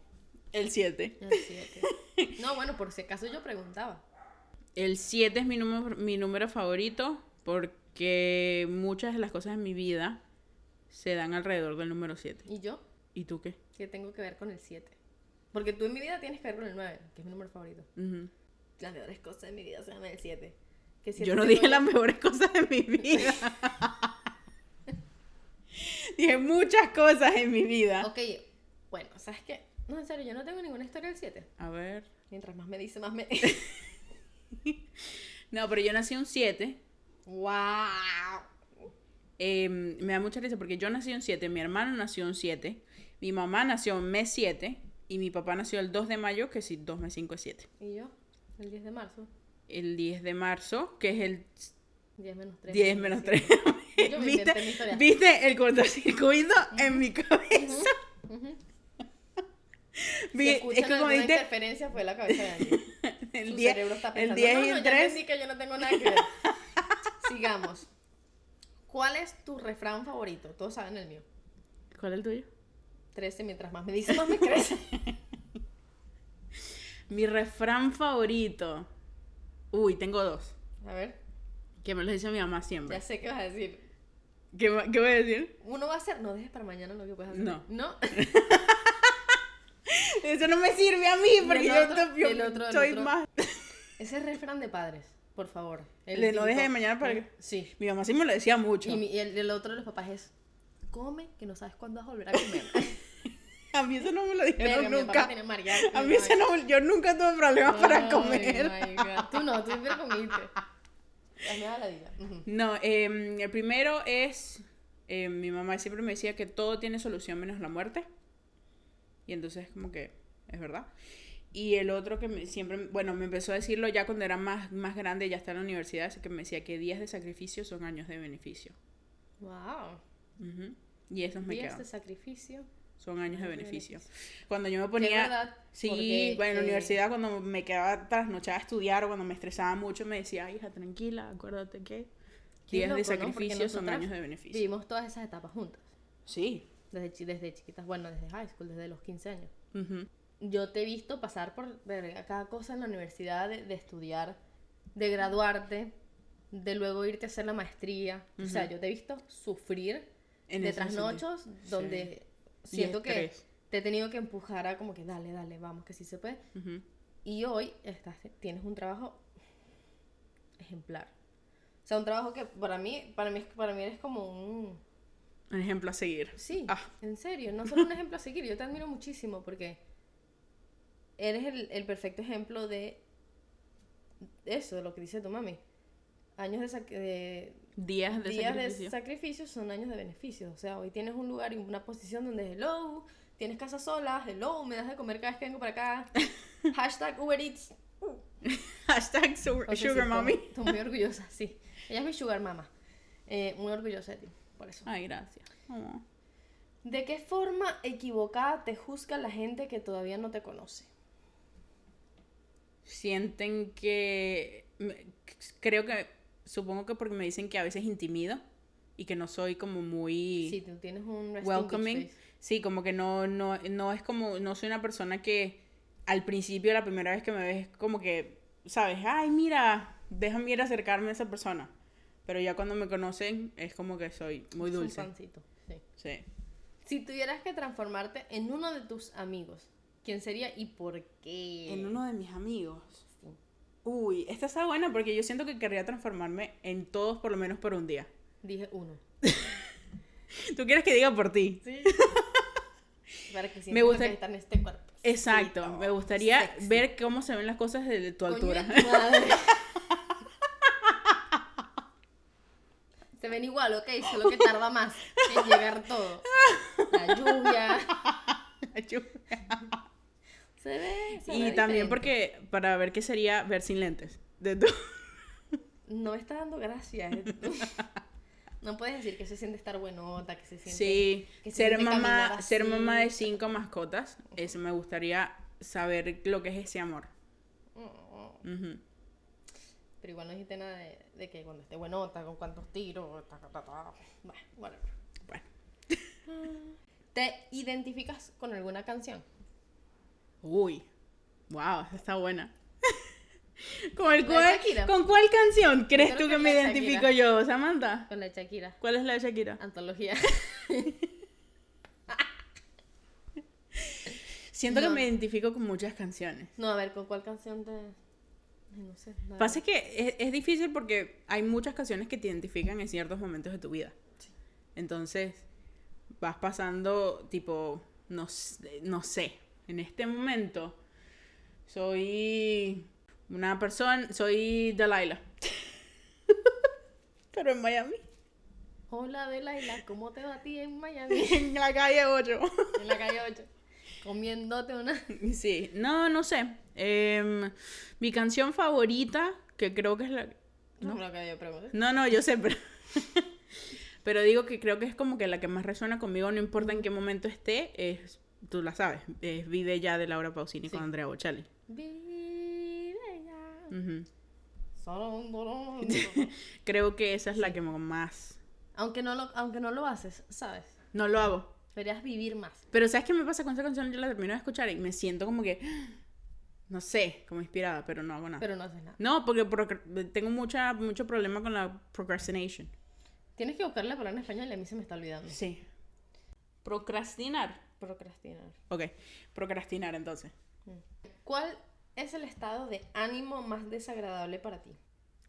Speaker 1: El 7.
Speaker 2: el 7? No, bueno, por si acaso yo preguntaba.
Speaker 1: El 7 es mi número, mi número favorito porque muchas de las cosas en mi vida se dan alrededor del número 7.
Speaker 2: ¿Y yo?
Speaker 1: ¿Y tú qué?
Speaker 2: ¿Qué tengo que ver con el 7? Porque tú en mi vida tienes que ver con el 9, que es mi número favorito.
Speaker 1: Ujú.
Speaker 2: Las mejores cosas de mi vida se llaman el 7. ¿Qué siete
Speaker 1: Yo no
Speaker 2: tengo
Speaker 1: dije las mejores cosas de mi vida. dije muchas cosas en mi vida.
Speaker 2: Ok, bueno, ¿sabes qué? No, en serio, yo no tengo ninguna historia del 7.
Speaker 1: A ver.
Speaker 2: Mientras más me dice, más me...
Speaker 1: No, pero yo nací un 7.
Speaker 2: ¡Wow!
Speaker 1: Eh, me da mucha risa porque yo nací un 7, mi hermano nació un 7, mi mamá nació un mes 7 y mi papá nació el 2 de mayo, que sí, 2 más 5 es 7.
Speaker 2: ¿Y yo? El 10 de marzo.
Speaker 1: El 10 de marzo, que es el
Speaker 2: 10 menos 3.
Speaker 1: 10 menos 3.
Speaker 2: Yo me
Speaker 1: ¿Viste,
Speaker 2: inventé mi historia.
Speaker 1: viste el cortocircuito en mi cabeza? Vi-
Speaker 2: Si
Speaker 1: es
Speaker 2: escuchan
Speaker 1: que como
Speaker 2: alguna
Speaker 1: dijiste,
Speaker 2: interferencia fue la cabeza de Angie.
Speaker 1: el
Speaker 2: Su
Speaker 1: 10,
Speaker 2: cerebro está
Speaker 1: el
Speaker 2: pensando,
Speaker 1: 10
Speaker 2: no,
Speaker 1: y
Speaker 2: no,
Speaker 1: el
Speaker 2: ya
Speaker 1: 3,
Speaker 2: entendí que yo no tengo nada que ver. Sigamos. ¿Cuál es tu refrán favorito? Todos saben el mío.
Speaker 1: ¿cuál es el tuyo?
Speaker 2: 13 mientras más me dice, más me crece.
Speaker 1: Mi refrán favorito. Uy, tengo dos,
Speaker 2: A ver,
Speaker 1: que me los dice mi mamá
Speaker 2: ya
Speaker 1: siempre.
Speaker 2: sé qué vas a decir.
Speaker 1: ¿Qué, va- ¿Qué voy a decir?
Speaker 2: Uno va a hacer, no dejes para mañana lo que puedes hacer.
Speaker 1: No.
Speaker 2: No.
Speaker 1: Eso no me sirve a mí
Speaker 2: Y
Speaker 1: porque
Speaker 2: el
Speaker 1: yo,
Speaker 2: otro,
Speaker 1: yo
Speaker 2: y el otro, el
Speaker 1: soy
Speaker 2: otro.
Speaker 1: más.
Speaker 2: Ese es refrán de padres. por favor. El
Speaker 1: Le no dejes
Speaker 2: típico- Mm,
Speaker 1: de mañana para que-
Speaker 2: Sí.
Speaker 1: Mi mamá sí me lo decía mucho.
Speaker 2: Y, mi- y el, el otro de los papás es, come, que no sabes cuándo vas a volver a comer.
Speaker 1: A mí eso no me lo
Speaker 2: Verga,
Speaker 1: dijeron
Speaker 2: mi papá
Speaker 1: nunca.
Speaker 2: tiene mareado.
Speaker 1: A mí
Speaker 2: Mi
Speaker 1: eso no, me- yo nunca tuve problemas para
Speaker 2: Ay,
Speaker 1: comer.
Speaker 2: my God. Tú no, tú siempre comiste. La mía la vida. Ujú.
Speaker 1: No, em, el primero es, em, mi mamá siempre me decía que todo tiene solución menos la muerte. Y entonces como que es verdad. Y el otro que me- siempre, bueno, me empezó a decirlo ya cuando era más, más grande, ya está en la universidad, así que me decía que días de sacrificio son años de beneficio.
Speaker 2: Wow.
Speaker 1: Ujú. Y esos me
Speaker 2: Días
Speaker 1: quedan.
Speaker 2: de este sacrificio.
Speaker 1: Son años de
Speaker 2: años de
Speaker 1: beneficio.
Speaker 2: beneficio.
Speaker 1: Cuando yo me ponía...
Speaker 2: verdad,
Speaker 1: sí,
Speaker 2: porque,
Speaker 1: bueno, en la
Speaker 2: eh,
Speaker 1: universidad cuando me quedaba trasnochada a estudiar o cuando me estresaba mucho, me decía, "Ay, hija, tranquila, acuérdate que
Speaker 2: Qué
Speaker 1: días de
Speaker 2: loco, ¿no? Porque
Speaker 1: sacrificio son
Speaker 2: nosotras
Speaker 1: años de beneficio.
Speaker 2: Vivimos todas esas etapas juntas.
Speaker 1: Sí.
Speaker 2: Desde, chi- desde chiquitas, bueno, desde high school, desde los 15 años.
Speaker 1: Ujú.
Speaker 2: Yo te he visto pasar por verga, cada cosa en la universidad, de, de estudiar, de graduarte, de luego irte a hacer la maestría. O sea, yo te he visto sufrir
Speaker 1: En
Speaker 2: de
Speaker 1: ese
Speaker 2: trasnochos
Speaker 1: sentido.
Speaker 2: donde
Speaker 1: Sí.
Speaker 2: siento
Speaker 1: Y
Speaker 2: que
Speaker 1: estrés.
Speaker 2: te he tenido que empujar a como que dale, dale, vamos, que sí se puede.
Speaker 1: Ujú.
Speaker 2: Y hoy estás, tienes un trabajo ejemplar. O sea, un trabajo que para mí, para mí, para mí eres como un...
Speaker 1: Un ejemplo a seguir.
Speaker 2: Sí,
Speaker 1: Ah.
Speaker 2: en serio, no solo un ejemplo a seguir, yo te admiro muchísimo porque eres el, el perfecto ejemplo de eso, de lo que dice tu mami. Años de, sac- de-
Speaker 1: Días de
Speaker 2: días de
Speaker 1: sacrificio.
Speaker 2: sacrificio son años de beneficios. O sea, hoy tienes un lugar y una posición donde hello, tienes casa sola, hello, me das de comer cada vez que vengo para acá. Hashtag Uber Eats. Uh.
Speaker 1: Hashtag su-
Speaker 2: O sea, sí,
Speaker 1: sugar
Speaker 2: estoy-
Speaker 1: mommy.
Speaker 2: Estoy muy orgullosa, sí. Ella es mi sugar mama. Eh, muy orgullosa de ti, por eso.
Speaker 1: Ay, gracias. Oh.
Speaker 2: ¿De qué forma equivocada te juzga la gente que todavía no te conoce?
Speaker 1: Sienten que... me- Creo que... Supongo que porque me dicen que a veces intimido y que no soy como muy...
Speaker 2: Si tú tienes un resting bitch
Speaker 1: welcoming.
Speaker 2: face.
Speaker 1: Sí, como que no, no, no es como, no soy una persona que al principio, la primera vez que me ves, como que, sabes, ay, mira, déjame ir a acercarme a esa persona. Pero ya cuando me conocen, es como que soy muy
Speaker 2: Es un
Speaker 1: dulce.
Speaker 2: pancito, sí.
Speaker 1: Sí.
Speaker 2: Si tuvieras que transformarte en uno de tus amigos, ¿quién sería y por qué?
Speaker 1: En uno de mis amigos.
Speaker 2: Sí.
Speaker 1: Uy, esta está buena porque yo siento que querría transformarme en todos por lo menos por un día.
Speaker 2: Dije uno.
Speaker 1: Tú quieres que diga por ti.
Speaker 2: Sí. Para que sientas
Speaker 1: Me
Speaker 2: lo
Speaker 1: gusta-
Speaker 2: que está en este cuerpo.
Speaker 1: Exacto.
Speaker 2: Sí,
Speaker 1: me
Speaker 2: oh,
Speaker 1: gustaría
Speaker 2: sexy.
Speaker 1: ver cómo se ven las cosas desde tu
Speaker 2: Coño de
Speaker 1: altura.
Speaker 2: tu madre. Se ven igual, ok, solo que tarda más en llegar todo. La lluvia.
Speaker 1: La lluvia.
Speaker 2: Se ve. se
Speaker 1: Y
Speaker 2: ve
Speaker 1: también
Speaker 2: diferente.
Speaker 1: porque para ver qué sería ver sin lentes. De tu-
Speaker 2: No me está dando gracias. no puedes decir que se siente estar buenota, que se siente.
Speaker 1: Sí,
Speaker 2: que se
Speaker 1: ser
Speaker 2: siente caminar
Speaker 1: mamá,
Speaker 2: así.
Speaker 1: ser mamá de cinco mascotas, eso me gustaría saber lo que es ese amor.
Speaker 2: Mm,
Speaker 1: Ujú.
Speaker 2: Pero igual no dijiste nada de, de que cuando esté buenota, con cuántos tiros. ta, ta, ta, ta. Bueno, whatever.
Speaker 1: Bueno.
Speaker 2: ¿Te identificas con alguna canción?
Speaker 1: Uy. Wow, esa está buena. ¿Con, el
Speaker 2: La de
Speaker 1: cual-
Speaker 2: Shakira.
Speaker 1: ¿Con cuál canción crees tú
Speaker 2: creo que
Speaker 1: que
Speaker 2: es
Speaker 1: me
Speaker 2: la de
Speaker 1: identifico yo, Samantha?
Speaker 2: Con la Shakira.
Speaker 1: ¿Cuál es la de
Speaker 2: Ah,
Speaker 1: Shakira?
Speaker 2: Antología.
Speaker 1: Siento que
Speaker 2: No.
Speaker 1: me identifico con muchas canciones.
Speaker 2: No, a ver, ¿con cuál canción te.? Ay, No sé. la
Speaker 1: Pasa que es, es difícil porque hay muchas canciones que te identifican en ciertos momentos de tu vida. Entonces, vas pasando, tipo, no, s- no sé, en este momento soy una persona, soy Delilah. Pero en Miami,
Speaker 2: verdad. Hola, Delaila, ¿cómo te va a ti en Miami?
Speaker 1: en la calle 8.
Speaker 2: en la calle 8. Comiéndote una.
Speaker 1: Sí, no, no sé. Em, mi canción favorita, que creo que es la,
Speaker 2: No, creo que yo pregunté.
Speaker 1: No, no, yo sé, pero... pero digo que creo que es como que la que más resuena conmigo, no importa en qué momento esté, es, tú la sabes, es Vive ya de Laura Pausini con
Speaker 2: Sí.
Speaker 1: Andrea Bocelli.
Speaker 2: Vive ya.
Speaker 1: Ujú.
Speaker 2: Solo un dolor.
Speaker 1: Creo que esa es la que más...
Speaker 2: aunque, no lo, aunque no lo haces, ¿sabes?
Speaker 1: No lo hago.
Speaker 2: Deberías vivir más.
Speaker 1: Pero ¿sabes qué me pasa con esa canción? Yo la termino de escuchar y me siento como que... No sé, como inspirada, pero no hago nada.
Speaker 2: Pero no haces nada.
Speaker 1: No, porque procra- tengo mucha, mucho problema con la procrastination.
Speaker 2: Tienes que buscar la palabra en español y a mí se me está olvidando.
Speaker 1: Sí. Procrastinar.
Speaker 2: Procrastinar.
Speaker 1: Ok, procrastinar entonces.
Speaker 2: ¿Cuál es el estado de ánimo más desagradable para ti?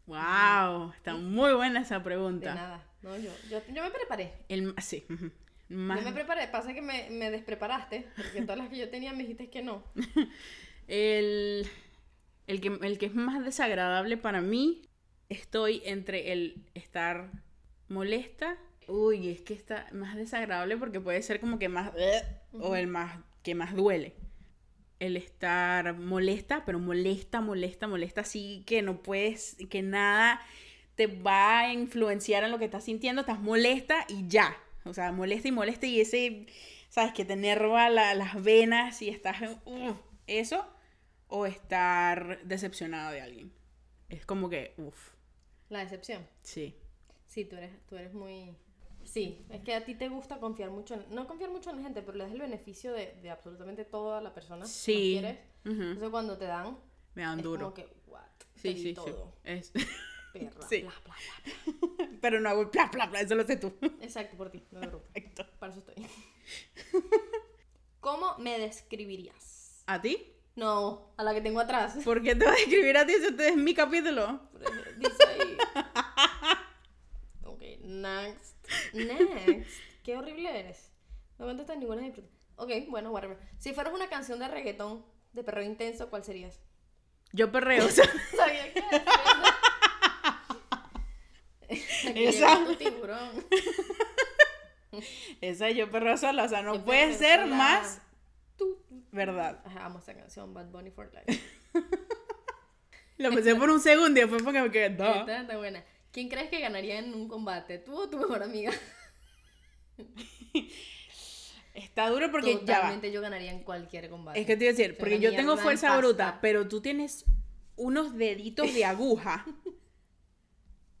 Speaker 1: Wow, está muy buena esa
Speaker 2: De
Speaker 1: pregunta.
Speaker 2: nada. No, yo, yo, yo me preparé.
Speaker 1: El, sí. ujú.
Speaker 2: Yo me
Speaker 1: Más,
Speaker 2: preparé. Pasa que me, me despreparaste. Porque todas las que yo tenía me dijiste que no.
Speaker 1: el, el, que, el que es más desagradable para mí, estoy entre el estar molesta. Uy, es que está más desagradable porque puede ser como que más... eh, o el más que más duele. El estar molesta, pero molesta, molesta, molesta, así que no puedes, que nada te va a influenciar en lo que estás sintiendo, estás molesta y ya. O sea, molesta y molesta y ese, sabes, que te enerva la- las venas y estás, en- uf, eso, o estar decepcionado de alguien. Es como que, uff,
Speaker 2: La decepción.
Speaker 1: sí.
Speaker 2: Sí, tú eres, tú eres muy... Sí, es que a ti te gusta confiar mucho, en- no confiar mucho en la gente, pero le das el beneficio de, de absolutamente toda la persona
Speaker 1: Sí.
Speaker 2: que quieres.
Speaker 1: Ujú.
Speaker 2: Entonces cuando te dan,
Speaker 1: Me dan
Speaker 2: es
Speaker 1: duro.
Speaker 2: como que, what,
Speaker 1: Sí, sí, sí.
Speaker 2: todo,
Speaker 1: Es-
Speaker 2: perra,
Speaker 1: Sí.
Speaker 2: bla, bla,
Speaker 1: pero no hago el pla, pla, pla, eso lo sé tú.
Speaker 2: bla. Exacto, por ti, no te preocupes,
Speaker 1: Perfecto.
Speaker 2: para eso estoy. ¿Cómo me describirías?
Speaker 1: ¿A ti?
Speaker 2: No, a la que tengo atrás.
Speaker 1: ¿Por qué te voy a escribir a ti si este es mi capítulo?
Speaker 2: Dice ahí. Ok, next. Next. Qué horrible eres. No contestas ninguna de mis preguntas. Ok, bueno, whatever. Si fueras una canción de reggaetón de perreo intenso, ¿cuál serías?
Speaker 1: Yo perreo, o sea,
Speaker 2: Sabía que era esa. Aquí
Speaker 1: Esa.
Speaker 2: llegó tu tiburón.
Speaker 1: esa es yo perreo sola, o sea, no
Speaker 2: Yo
Speaker 1: puede
Speaker 2: perreo
Speaker 1: ser
Speaker 2: sola.
Speaker 1: más verdad.
Speaker 2: Ajá, amo esa canción, Bad Bunny for Life.
Speaker 1: Lo pensé por un segundo y después porque me quedé, "No".
Speaker 2: Está, está buena. ¿Quién crees que ganaría en un combate? ¿Tú o tu mejor amiga?
Speaker 1: Está duro porque
Speaker 2: Totalmente yo ganaría en cualquier
Speaker 1: ya va.
Speaker 2: combate.
Speaker 1: Es que te iba a decir,
Speaker 2: Soy
Speaker 1: porque
Speaker 2: una
Speaker 1: yo tengo
Speaker 2: mierda en
Speaker 1: fuerza
Speaker 2: pasta.
Speaker 1: bruta, pero tú tienes unos deditos de aguja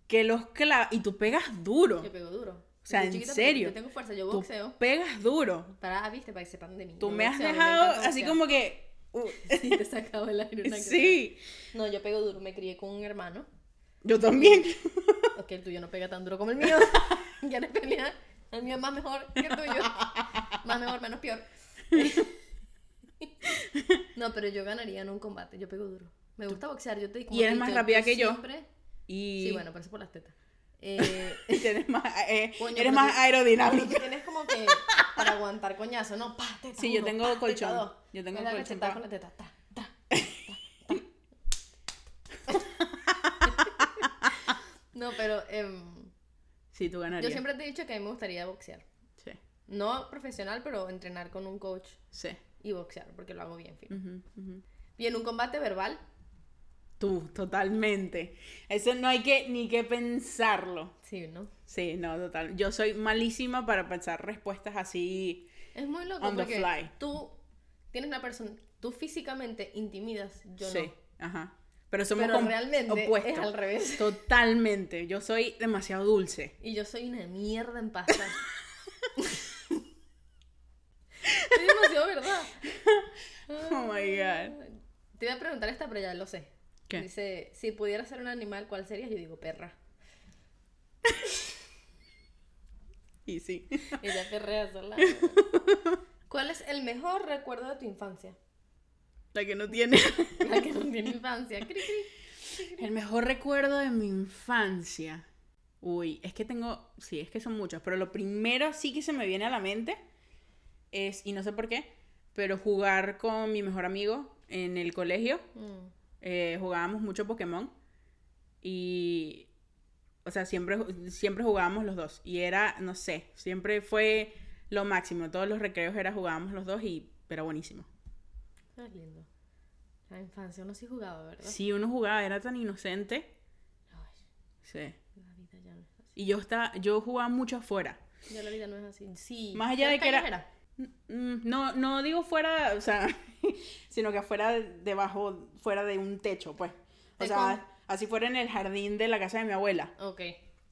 Speaker 1: que los clavas y tú pegas duro.
Speaker 2: Yo pego duro. O
Speaker 1: sea, en serio.
Speaker 2: Yo tengo fuerza, yo
Speaker 1: Tú
Speaker 2: boxeo.
Speaker 1: pegas duro.
Speaker 2: Para, ah, viste, para que sepan de mí.
Speaker 1: Tú
Speaker 2: Yo
Speaker 1: me has
Speaker 2: boxeo, me
Speaker 1: dejado
Speaker 2: encanta
Speaker 1: así
Speaker 2: boxear.
Speaker 1: como que... uh,
Speaker 2: Sí, te sacaba el aire. una que
Speaker 1: sí,
Speaker 2: otra. No, yo pego duro. Me crié con un hermano.
Speaker 1: yo también.
Speaker 2: Ok, el tuyo no pega tan duro como el mío. ¿Quieres pelear? El mío es más mejor que el tuyo. Más mejor, menos peor. no, pero yo ganaría en un combate. Yo pego duro. Me gusta boxear. Yo te como
Speaker 1: Y eres
Speaker 2: te
Speaker 1: más
Speaker 2: digo,
Speaker 1: rápida
Speaker 2: yo
Speaker 1: que yo.
Speaker 2: siempre-
Speaker 1: Y
Speaker 2: Sí, bueno, pero eso por las tetas. Eh,
Speaker 1: tienes más, eh,
Speaker 2: Coño,
Speaker 1: eres
Speaker 2: pero
Speaker 1: más
Speaker 2: tú-
Speaker 1: aerodinámica.
Speaker 2: Tienes como que para aguantar coñazo, ¿no? Pa, teta
Speaker 1: Sí, yo
Speaker 2: uno,
Speaker 1: tengo
Speaker 2: pa, teta
Speaker 1: colchón.
Speaker 2: dos.
Speaker 1: Yo tengo
Speaker 2: Me da
Speaker 1: colchón pa-
Speaker 2: cachetada con la teta. ta, ta. No, pero em,
Speaker 1: Sí, tú
Speaker 2: yo
Speaker 1: ganarías.
Speaker 2: siempre te he dicho que a mí me gustaría boxear.
Speaker 1: Sí,
Speaker 2: No profesional, pero entrenar con un coach
Speaker 1: sí.
Speaker 2: y boxear, porque lo hago bien, en fin.
Speaker 1: Ujú, ujú.
Speaker 2: Y en un combate verbal,
Speaker 1: Tú, totalmente. Eso no hay que ni que pensarlo.
Speaker 2: sí, ¿no?
Speaker 1: Sí, no, total. Yo soy malísima para pensar respuestas así.
Speaker 2: Es muy loco
Speaker 1: On the
Speaker 2: porque
Speaker 1: fly.
Speaker 2: tú tienes una persona, tú físicamente intimidas, yo
Speaker 1: sí,
Speaker 2: no.
Speaker 1: ajá. Pero somos
Speaker 2: Pero
Speaker 1: com-
Speaker 2: realmente
Speaker 1: opuestos.
Speaker 2: es al revés.
Speaker 1: Totalmente. Yo soy demasiado dulce.
Speaker 2: Y yo soy una mierda en pasta. es demasiado verdad.
Speaker 1: Oh my god.
Speaker 2: Te voy a preguntar esta, pero ya lo sé.
Speaker 1: ¿Qué?
Speaker 2: Dice, si pudieras ser un animal, ¿cuál serías? Yo digo perra.
Speaker 1: Y sí.
Speaker 2: Ella perrea sola. ¿Cuál es el mejor recuerdo de tu infancia?
Speaker 1: La que no tiene.
Speaker 2: La que no tiene infancia. Cri, cri.
Speaker 1: El mejor recuerdo de mi infancia. Uy, es que tengo, sí, es que son muchos, pero lo primero sí que se me viene a la mente es, y no sé por qué, pero jugar con mi mejor amigo en el colegio.
Speaker 2: Mm.
Speaker 1: Eh, jugábamos mucho Pokémon y, o sea, siempre, ju- siempre jugábamos los dos. Y era, no sé, siempre fue lo máximo. Todos los recreos era jugábamos los dos y era buenísimo.
Speaker 2: Ah, es lindo. La infancia uno sí jugaba, ¿verdad?
Speaker 1: Si uno jugaba, era tan inocente.
Speaker 2: Ay,
Speaker 1: Sí.
Speaker 2: la vida ya no es así.
Speaker 1: Y yo, estaba, yo jugaba mucho afuera.
Speaker 2: Ya la vida no es así. Sí.
Speaker 1: Más allá de
Speaker 2: ¿Eres
Speaker 1: que era-
Speaker 2: callejera?
Speaker 1: Mm, No, no digo fuera, o sea, sino que afuera debajo, fuera de un techo, pues. O
Speaker 2: Te
Speaker 1: sea,
Speaker 2: con-
Speaker 1: así fuera en el jardín de la casa de mi abuela.
Speaker 2: Ok.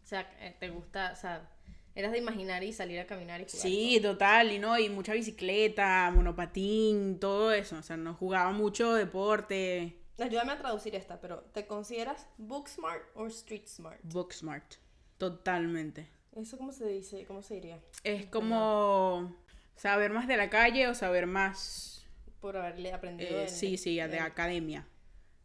Speaker 2: O sea, eh, te gusta, o sea, eras de imaginar y salir a caminar y jugar.
Speaker 1: Sí, total, y no, y mucha bicicleta, monopatín, todo eso. O sea, no jugaba mucho deporte.
Speaker 2: Ayúdame a traducir esta, pero ¿te consideras book smart o street smart?
Speaker 1: Book smart. Totalmente.
Speaker 2: ¿Eso cómo se dice? ¿Cómo se diría?
Speaker 1: Es como saber más de la calle o saber más.
Speaker 2: Por haberle aprendido.
Speaker 1: eh,
Speaker 2: en-
Speaker 1: sí, sí, de
Speaker 2: en-
Speaker 1: academia.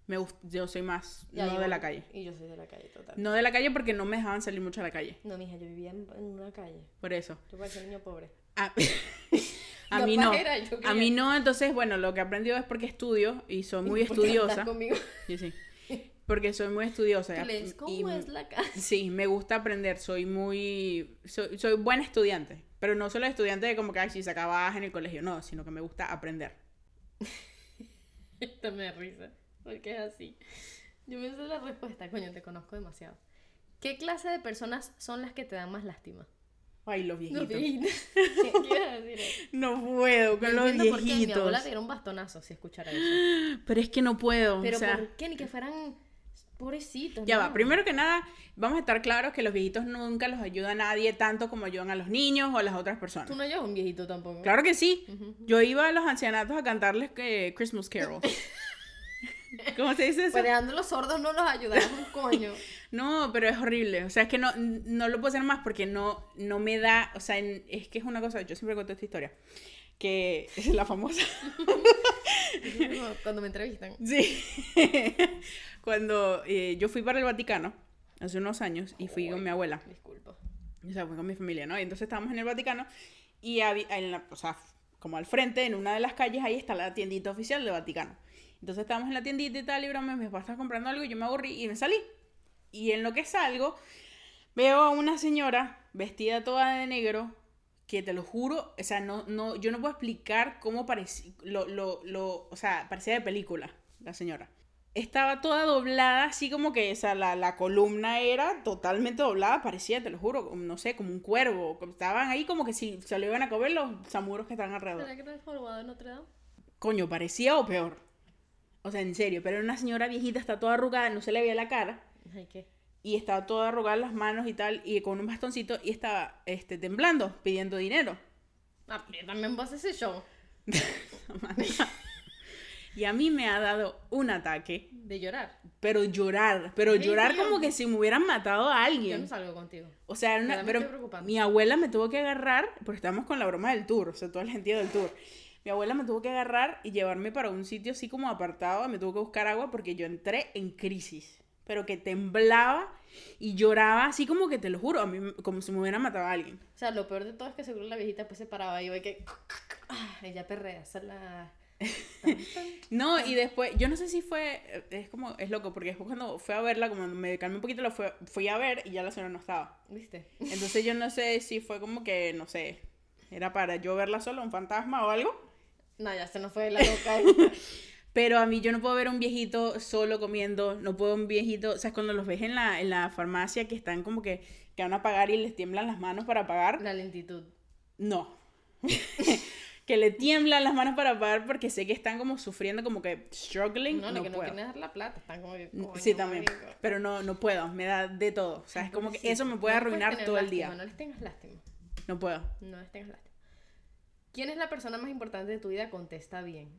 Speaker 1: Me gust- yo soy más
Speaker 2: Ya,
Speaker 1: no
Speaker 2: yo-
Speaker 1: de la calle.
Speaker 2: Y yo soy de la calle total.
Speaker 1: No de la calle porque no me dejaban salir mucho a la calle.
Speaker 2: No, mija, yo vivía en, en una calle.
Speaker 1: Por eso.
Speaker 2: Yo parecía niño pobre.
Speaker 1: A, a
Speaker 2: La
Speaker 1: mí no.
Speaker 2: pajera, yo
Speaker 1: A
Speaker 2: quería-
Speaker 1: mí no, entonces, bueno, lo que he aprendido es porque estudio y soy muy
Speaker 2: ¿Por qué andas
Speaker 1: estudiosa.
Speaker 2: conmigo?
Speaker 1: Sí, sí. Porque soy muy estudiosa.
Speaker 2: Tú lees,
Speaker 1: y-
Speaker 2: ¿Cómo es la calle?
Speaker 1: Sí, me gusta aprender, soy muy... Soy, soy buena estudiante, pero no solo estudiante de como que "Ay, si sacaba baja en el colegio, no, sino que me gusta aprender.
Speaker 2: Esto me da risa, porque es así. Yo me sé la respuesta, coño, te conozco demasiado. ¿Qué clase de personas son las que te dan más lástima?
Speaker 1: Ay, los viejitos.
Speaker 2: Los viejitos. ¿Qué ibas a decir eso?
Speaker 1: No puedo con
Speaker 2: No
Speaker 1: los
Speaker 2: entiendo por qué mi
Speaker 1: viejitos.
Speaker 2: abuela te diera un bastonazo si escuchara eso.
Speaker 1: Pero es que no puedo.
Speaker 2: Pero
Speaker 1: o sea,
Speaker 2: ¿por qué? Ni que fueran pobrecitos.
Speaker 1: ya
Speaker 2: no.
Speaker 1: va, primero que nada, vamos a estar claros que los viejitos nunca los ayuda a nadie tanto como ayudan a los niños o a las otras personas.
Speaker 2: Tú no llevas un viejito tampoco.
Speaker 1: Claro que sí.
Speaker 2: Ujú.
Speaker 1: Yo iba a los ancianatos a cantarles que Christmas Carol. ¿Cómo se dice eso?
Speaker 2: Pues dejando los sordos no los ayudarás un coño.
Speaker 1: No, pero es horrible. O sea, es que no, no lo puedo hacer más porque no, no me da. O sea, en- es que es una cosa. Yo siempre cuento esta historia. Que es la famosa.
Speaker 2: Cuando me entrevistan.
Speaker 1: Sí. Cuando eh, yo fui para el Vaticano hace unos años y fui con mi abuela.
Speaker 2: Disculpa.
Speaker 1: O sea, fui con mi familia, ¿no? Y entonces estábamos en el Vaticano y había, en la, o sea, como al frente, en una de las calles, ahí está la tiendita oficial del Vaticano. Entonces estábamos en la tiendita y tal, y broma, mi papá estaba comprando algo y yo me aburrí y me salí. Y en lo que salgo, veo a una señora vestida toda de negro que te lo juro, o sea, no, no, yo no puedo explicar cómo parecía, lo, lo, lo, o sea, parecía de película la señora. Estaba toda doblada, así como que, o sea, la, la columna era totalmente doblada, parecía, te lo juro, como- no sé, como un cuervo. como- Estaban ahí como que si se lo iban a comer los samuros que estaban alrededor.
Speaker 2: ¿Será que te has jorobado en Notre Dame?
Speaker 1: Coño, parecía o peor. O sea, en serio, pero era una señora viejita, está toda arrugada, no se le veía la cara
Speaker 2: Ay, ¿qué?
Speaker 1: y estaba toda arrugada en las manos y tal, y con un bastoncito, y estaba este, temblando, pidiendo dinero.
Speaker 2: Ah, pero también vas a ese show.
Speaker 1: y a mí me ha dado un ataque,
Speaker 2: De llorar.
Speaker 1: pero llorar, pero
Speaker 2: Ay,
Speaker 1: llorar
Speaker 2: Dios.
Speaker 1: como que si me hubieran matado a
Speaker 2: Yo no
Speaker 1: alguien.
Speaker 2: salgo contigo.
Speaker 1: O sea, era una-
Speaker 2: Ya me estoy
Speaker 1: pero
Speaker 2: preocupando.
Speaker 1: mi abuela me tuvo que agarrar, porque estábamos con la broma del tour, o sea, todo el sentido del tour. Mi abuela me tuvo que agarrar y llevarme para un sitio así como apartado, me tuvo que buscar agua porque yo entré en crisis, pero que temblaba y lloraba así como que te lo juro, a mí como si me hubieran matado a alguien.
Speaker 2: O sea, lo peor de todo es que seguro la viejita pues se paraba y iba y que... Ah, Ella perrea, esa es la... tan, tan.
Speaker 1: No, y después, yo no sé si fue, eh, es como, es loco, porque después cuando fui a verla, como me calmé un poquito, lo fue- fui a ver y ya la señora no estaba.
Speaker 2: ¿Viste?
Speaker 1: Entonces yo no sé si fue como que, no sé, era para yo verla sola, un fantasma o algo.
Speaker 2: No, ya se nos fue la loca.
Speaker 1: Pero a mí yo no puedo ver a un viejito solo comiendo, no puedo un viejito, o sea, cuando los ves en la, en la farmacia que están como que, que van a pagar y les tiemblan las manos para pagar,
Speaker 2: La lentitud.
Speaker 1: no. que le tiemblan las manos para pagar porque sé que están como sufriendo, como que struggling.
Speaker 2: No,
Speaker 1: no
Speaker 2: no, que no
Speaker 1: puedo. Mm,
Speaker 2: quieren dar la plata. Están como... que, coño,
Speaker 1: Sí, también.
Speaker 2: marico.
Speaker 1: Pero no, no puedo, me da de todo. O sea, es como que eso me puede
Speaker 2: No les puedes
Speaker 1: arruinar
Speaker 2: tener
Speaker 1: todo el
Speaker 2: lástima,
Speaker 1: día.
Speaker 2: No les tengas lástima.
Speaker 1: No puedo.
Speaker 2: No les tengas lástima. ¿Quién es la persona más importante de tu vida? Contesta bien.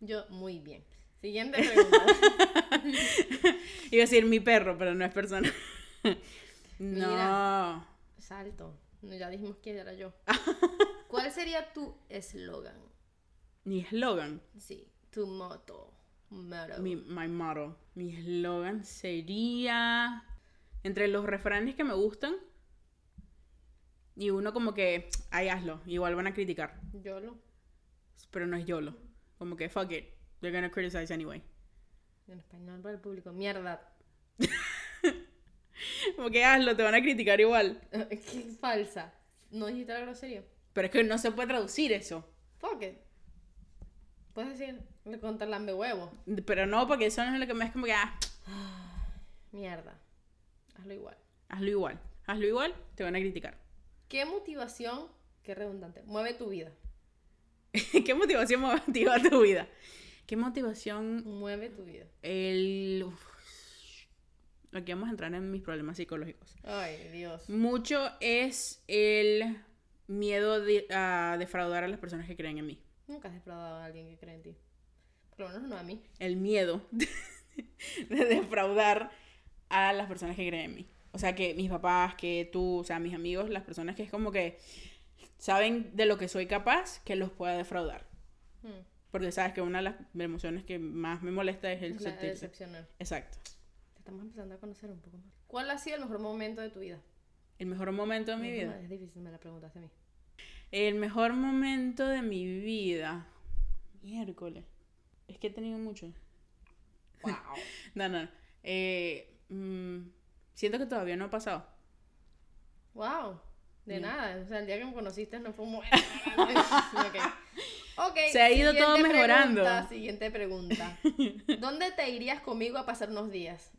Speaker 2: Yo, muy bien. Siguiente pregunta.
Speaker 1: Iba a decir mi perro, pero no es persona. no.
Speaker 2: Salto. No, Ya dijimos que era yo. ¿Cuál sería tu eslogan?
Speaker 1: Mi eslogan,
Speaker 2: Sí, tu moto. Motto.
Speaker 1: mi my motto, mi eslogan sería entre los refranes que me gustan y uno como que, ay, hazlo, igual van a criticar,
Speaker 2: Yolo.
Speaker 1: pero no es YOLO. Como que fuck it, they're gonna criticize anyway.
Speaker 2: En español para el público. Mierda.
Speaker 1: Como que hazlo, te van a criticar igual.
Speaker 2: Qué falsa. No dijiste la grosería.
Speaker 1: Pero es que no se puede traducir eso.
Speaker 2: Fuck it. Puedes decir contra lambe huevo.
Speaker 1: Pero no, porque eso no es lo que me es como que, ah,
Speaker 2: Mierda. Hazlo igual.
Speaker 1: hazlo igual. Hazlo igual, te van a criticar.
Speaker 2: ¿Qué motivación? Qué redundante. Mueve tu vida.
Speaker 1: ¿Qué motivación motiva tu vida? ¿Qué motivación?
Speaker 2: Mueve tu vida.
Speaker 1: El. uf. Aquí vamos a entrar en mis problemas psicológicos.
Speaker 2: Ay,
Speaker 1: Mm.
Speaker 2: Dios.
Speaker 1: Mucho es el miedo de- a defraudar a las personas que creen en mí.
Speaker 2: Nunca has defraudado a alguien que cree en ti. Por lo menos no a mí.
Speaker 1: El miedo de defraudar a las personas que creen en mí. O sea, que mis papás, que tú, o sea, mis amigos, las personas que es como que saben de lo que soy capaz, que los pueda defraudar.
Speaker 2: Hmm.
Speaker 1: Porque sabes que una de las emociones que más me molesta es el
Speaker 2: La
Speaker 1: sentirse.
Speaker 2: decepcionar.
Speaker 1: Exacto.
Speaker 2: Te estamos empezando a conocer un poco más. ¿Cuál ha sido el mejor momento de tu vida?
Speaker 1: El mejor momento de mi
Speaker 2: Es-
Speaker 1: vida.
Speaker 2: Es difícil, me la preguntaste a mí.
Speaker 1: El mejor momento de mi vida. Miércoles. Es que he tenido mucho.
Speaker 2: Wow.
Speaker 1: No, no. no. Eh, mm, siento que todavía no ha pasado.
Speaker 2: wow. De
Speaker 1: Bien.
Speaker 2: nada. O sea, el día que me conociste no fue un momento. ok. Ok,
Speaker 1: Se ha ido todo
Speaker 2: siguiente
Speaker 1: mejorando.
Speaker 2: pregunta, siguiente pregunta. ¿Dónde te irías conmigo a pasar unos días?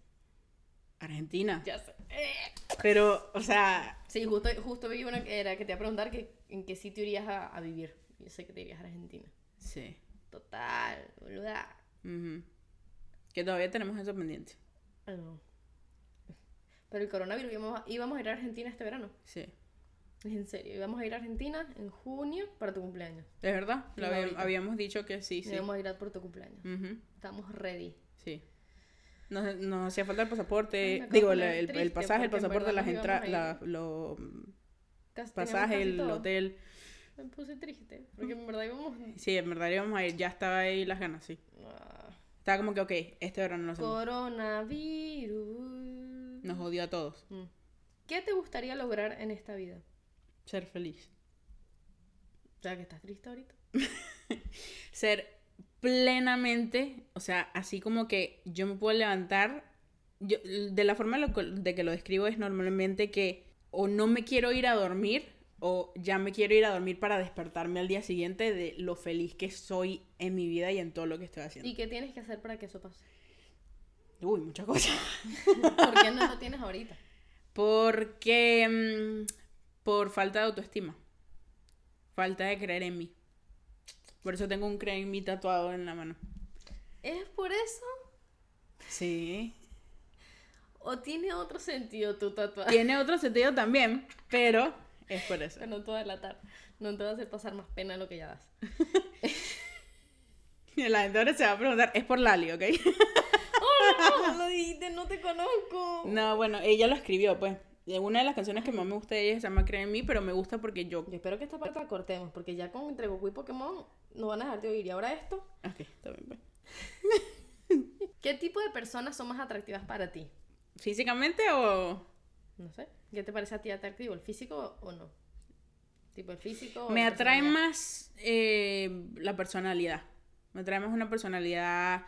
Speaker 1: Argentina.
Speaker 2: Ya sé. Eh.
Speaker 1: Pero, o sea,
Speaker 2: Sí, justo, justo vi una que era que te iba a preguntar que, en qué sitio irías a, a vivir. Yo sé que te irías a Argentina.
Speaker 1: sí.
Speaker 2: Total, boluda.
Speaker 1: Ujú. Que todavía tenemos eso pendiente.
Speaker 2: Ay, no. Pero el coronavirus íbamos a, íbamos a ir a Argentina este verano.
Speaker 1: Sí.
Speaker 2: Es en serio, íbamos a ir a Argentina en junio para tu cumpleaños.
Speaker 1: ¿Es verdad? Lo
Speaker 2: No,
Speaker 1: había-
Speaker 2: ahorita.
Speaker 1: habíamos dicho que sí, sí.
Speaker 2: Íbamos a ir a por tu cumpleaños.
Speaker 1: Ujú,
Speaker 2: Estamos ready.
Speaker 1: Sí. Nos, nos hacía falta el pasaporte,
Speaker 2: Ay, me
Speaker 1: digo,
Speaker 2: acabo de
Speaker 1: la-
Speaker 2: poner
Speaker 1: el, el
Speaker 2: triste,
Speaker 1: pasaje, el
Speaker 2: porque en
Speaker 1: pasaporte,
Speaker 2: verdad
Speaker 1: las
Speaker 2: nos
Speaker 1: entradas,
Speaker 2: íbamos a
Speaker 1: los
Speaker 2: Casi- teníamos
Speaker 1: pasajes,
Speaker 2: casi
Speaker 1: el
Speaker 2: todo.
Speaker 1: hotel.
Speaker 2: Me puse triste, porque en verdad íbamos...
Speaker 1: Sí, en verdad íbamos a ir, ya estaba ahí las ganas, sí.
Speaker 2: Ah,
Speaker 1: Estaba como que, ok, este verano lo hacemos.
Speaker 2: coronavirus.
Speaker 1: nos odió a todos.
Speaker 2: Mm. ¿Qué te gustaría lograr en esta vida?
Speaker 1: Ser feliz.
Speaker 2: O sea, que estás triste ahorita.
Speaker 1: Ser plenamente, o sea, así como que yo me puedo levantar, yo, de la forma lo que- de que lo describo es normalmente que o no me quiero ir a dormir o ya me quiero ir a dormir para despertarme al día siguiente de lo feliz que soy en mi vida y en todo lo que estoy haciendo.
Speaker 2: ¿Y qué tienes que hacer para que eso pase?
Speaker 1: Uy, muchas cosas.
Speaker 2: ¿Por qué no lo tienes ahorita?
Speaker 1: Porque mm, por falta de autoestima. Falta de creer en mí. Por eso tengo un creer en mí tatuado en la mano.
Speaker 2: ¿Es por eso
Speaker 1: Sí.
Speaker 2: o tiene otro sentido tu tatuaje?
Speaker 1: Tiene otro sentido también, pero es por eso.
Speaker 2: No te va a delatar. No te va a hacer pasar más pena de lo que ya das.
Speaker 1: La gente ahora se va a preguntar, es por Lali, ¿ok?
Speaker 2: ¡Oh, no! Lo dijiste, no te conozco.
Speaker 1: No, bueno, ella lo escribió, pues. Y Una de las canciones que más me gusta de ella se llama Creer en mí, pero me gusta porque yo...
Speaker 2: Yo espero que esta parte la cortemos, porque ya con entre Goku y Pokémon no van a dejar de oír. Y ahora esto.
Speaker 1: Ok, está bien, pues.
Speaker 2: ¿Qué tipo de personas son más atractivas para ti?
Speaker 1: ¿Físicamente o...?
Speaker 2: No sé. ¿Qué te parece a ti atractivo? ¿El físico o no? ¿Tipo el físico o
Speaker 1: Me
Speaker 2: la
Speaker 1: atrae
Speaker 2: personalidad?
Speaker 1: más eh, la personalidad. Me atrae más una personalidad.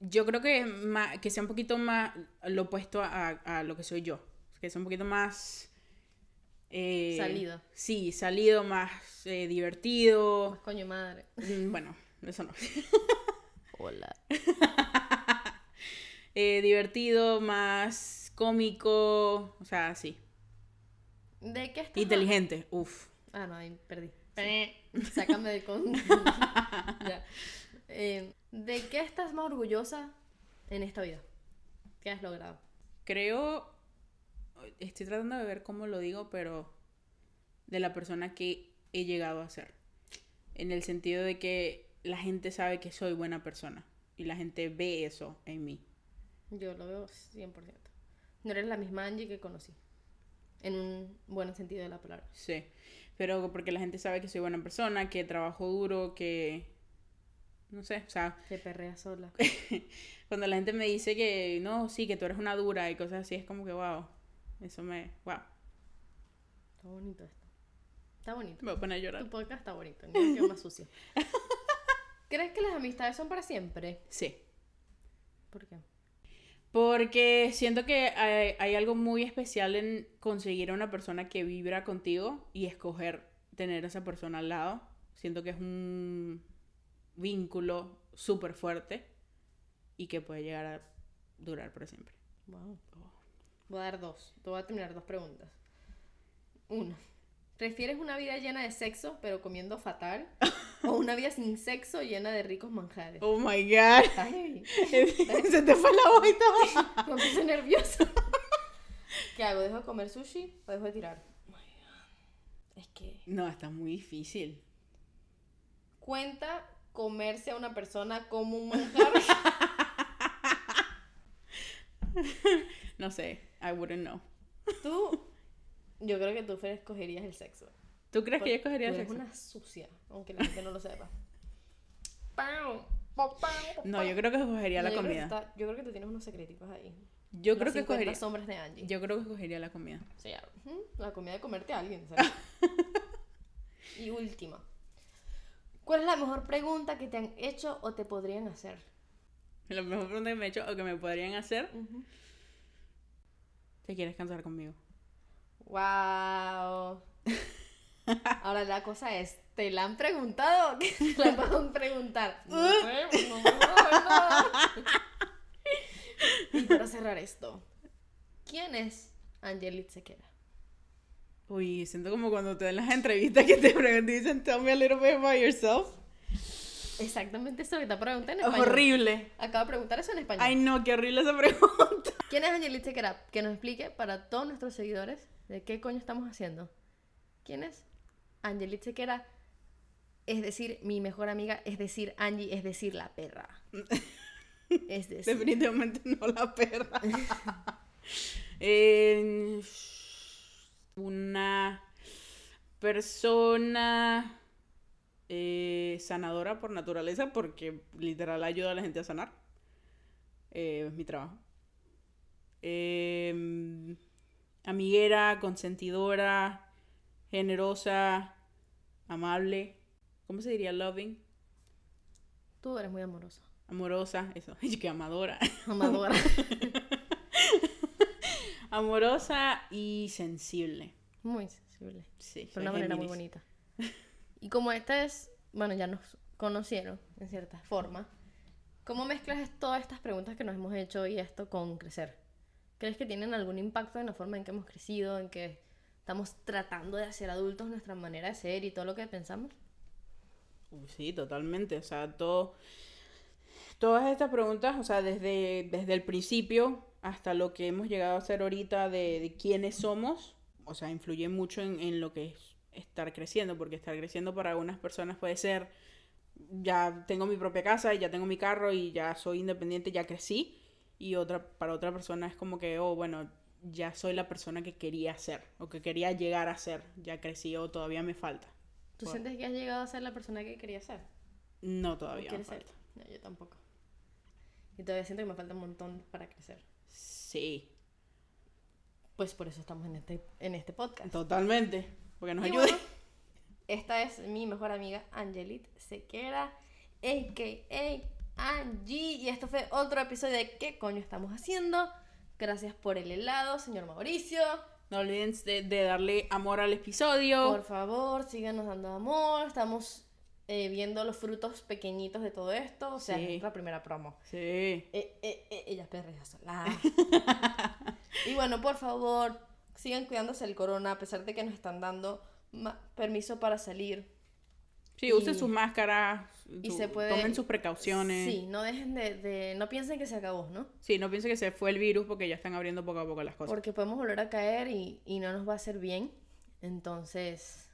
Speaker 1: Yo creo que, ma- que sea un poquito más lo opuesto a, a lo que soy yo. Que sea un poquito más. eh,
Speaker 2: Salido.
Speaker 1: Sí, salido, más eh, divertido.
Speaker 2: Más coño madre.
Speaker 1: Mm, bueno, eso no.
Speaker 2: Hola.
Speaker 1: Eh, divertido, más cómico. O sea, sí.
Speaker 2: ¿De qué estás?
Speaker 1: Inteligente. Eh. Uf.
Speaker 2: Ah, no, ahí perdí. Sácame de con. Ya. Eh, ¿De qué estás más orgullosa en esta vida? ¿Qué has logrado?
Speaker 1: Creo, estoy tratando de ver cómo lo digo, pero de la persona que he llegado a ser. En el sentido de que la gente sabe que soy buena persona y la gente ve eso en mí.
Speaker 2: Yo lo veo 100%. No eres la misma Angie que conocí. En un buen sentido de la palabra.
Speaker 1: Sí. Pero porque la gente sabe que soy buena persona, que trabajo duro, que... No sé, o sea,
Speaker 2: Que perrea sola.
Speaker 1: cuando la gente me dice que no, sí, que tú eres una dura y cosas así, es como que wow. Eso me... Wow.
Speaker 2: Está bonito esto. Está bonito.
Speaker 1: Me voy a poner a
Speaker 2: Tu
Speaker 1: llorar.
Speaker 2: podcast está bonito. No es más sucio. ¿Crees que las amistades son para siempre?
Speaker 1: Sí.
Speaker 2: ¿Por qué?
Speaker 1: Porque siento que hay, hay algo muy especial en conseguir a una persona que vibra contigo y escoger tener a esa persona al lado. Siento que es un vínculo súper fuerte y que puede llegar a durar por siempre.
Speaker 2: Wow. Voy a dar dos. Te voy a terminar dos preguntas. Una. ¿Prefieres una vida llena de sexo pero comiendo fatal? ¿O una vida sin sexo llena de ricos manjares?
Speaker 1: Oh my god.
Speaker 2: Está heavy.
Speaker 1: Se te fue la voz y todo.
Speaker 2: Me puse nerviosa. ¿Qué hago? ¿Dejo de comer sushi o dejo de tirar? Es que...
Speaker 1: No, está muy difícil.
Speaker 2: ¿Cuenta comerse a una persona como un manjar?
Speaker 1: No sé, I wouldn't know.
Speaker 2: Tú... Yo creo que tú Fer, escogerías el sexo.
Speaker 1: ¿Tú crees que yo
Speaker 2: Tú
Speaker 1: escogería
Speaker 2: eres
Speaker 1: sexo?
Speaker 2: una sucia, aunque la gente no lo sepa. pau, pau, pau,
Speaker 1: No,
Speaker 2: pau.
Speaker 1: yo creo que escogería
Speaker 2: No,
Speaker 1: la
Speaker 2: yo creo que
Speaker 1: comida.
Speaker 2: está- yo creo que tú tienes unos secreticos ahí.
Speaker 1: Yo creo
Speaker 2: Las
Speaker 1: que
Speaker 2: 50
Speaker 1: escogería.
Speaker 2: sombras de Angie.
Speaker 1: Yo creo que escogería la comida.
Speaker 2: O sea, ujú, la comida de comerte a alguien, ¿sabes? y última. ¿Cuál es la mejor pregunta que te han hecho o te podrían hacer?
Speaker 1: La mejor pregunta que me he hecho o que me podrían hacer,
Speaker 2: Ujú.
Speaker 1: ¿te quieres casar conmigo?
Speaker 2: Wow. Ahora la cosa es, ¿te la han preguntado? ¿Qué te la van a preguntar? No sé, no me acuerdo. Y para cerrar esto, ¿quién es Angelit Sequera?
Speaker 1: Uy, siento como cuando te dan las entrevistas que te preguntan y dicen, tell me a little bit about yourself.
Speaker 2: Exactamente eso que te pregunté en
Speaker 1: Es
Speaker 2: español.
Speaker 1: horrible.
Speaker 2: Acabo de preguntar eso en español.
Speaker 1: Ay, no, qué horrible esa pregunta.
Speaker 2: ¿Quién es Angelit Sequera? Que nos explique para todos nuestros seguidores de qué coño estamos haciendo. ¿Quién es Angelit Sequera? Es decir, mi mejor amiga, es decir, Angie, es decir, la perra. Es decir,
Speaker 1: Definitivamente no la perra. Eh, una persona eh, sanadora por naturaleza, porque literal ayuda a la gente a sanar. Eh, es mi trabajo. Eh, amiguera, consentidora, generosa, amable. ¿Cómo se diría? Loving.
Speaker 2: tú eres muy amorosa,
Speaker 1: Amorosa, eso. Ay, qué amadora.
Speaker 2: amadora.
Speaker 1: Amorosa y sensible.
Speaker 2: Muy sensible.
Speaker 1: Sí.
Speaker 2: Pero de una manera muy bonita. Y como esta es, bueno, ya nos conocieron en cierta forma, ¿cómo mezclas todas estas preguntas que nos hemos hecho y esto con crecer? ¿Crees que tienen algún impacto en la forma en que hemos crecido, en que estamos tratando de hacer adultos nuestra manera de ser y todo lo que pensamos?
Speaker 1: Uy, Sí, totalmente. O sea, todo, todas estas preguntas, o sea, desde, desde el principio hasta lo que hemos llegado a ser ahorita de, de quiénes somos, o sea, influye mucho en, en lo que es estar creciendo, porque estar creciendo para algunas personas puede ser, ya tengo mi propia casa y ya tengo mi carro y ya soy independiente, ya crecí, y otra, para otra persona es como que, oh, bueno, ya soy la persona que quería ser o que quería llegar a ser, ya crecí o todavía me falta.
Speaker 2: ¿Tú
Speaker 1: Bueno.
Speaker 2: sientes que has llegado a ser la persona que querías ser?
Speaker 1: No,
Speaker 2: ¿O
Speaker 1: todavía me
Speaker 2: quieres ser?
Speaker 1: falta.
Speaker 2: No, yo tampoco. Y todavía siento que me falta un montón para crecer.
Speaker 1: Sí,
Speaker 2: Pues por eso estamos en este, en este podcast.
Speaker 1: totalmente. Porque nos
Speaker 2: Y
Speaker 1: ayuda.
Speaker 2: bueno, esta es mi mejor amiga Angelit Sequera, a.k.a. Angie. Y esto fue otro episodio de ¿Qué coño estamos haciendo? Gracias por el helado, señor Mauricio.
Speaker 1: No olviden de, de darle amor al episodio.
Speaker 2: Por favor, síganos dando amor. Estamos eh, viendo los frutos pequeñitos de todo esto. O sea,
Speaker 1: Sí.
Speaker 2: es la primera promo.
Speaker 1: Sí.
Speaker 2: Eh, eh, eh, ellas perreas solas. y bueno, por favor, sigan cuidándose el corona, a pesar de que nos están dando ma- permiso para salir.
Speaker 1: Sí,
Speaker 2: Y-
Speaker 1: usen sus máscaras.
Speaker 2: y
Speaker 1: su-
Speaker 2: se puede-
Speaker 1: Tomen sus precauciones.
Speaker 2: Sí,
Speaker 1: Sí.
Speaker 2: no dejen de, de- No piensen que se acabó, ¿no?
Speaker 1: no piensen que se fue el virus porque ya están abriendo poco a poco las cosas.
Speaker 2: Porque podemos volver a caer y, y no nos va a hacer bien. Entonces,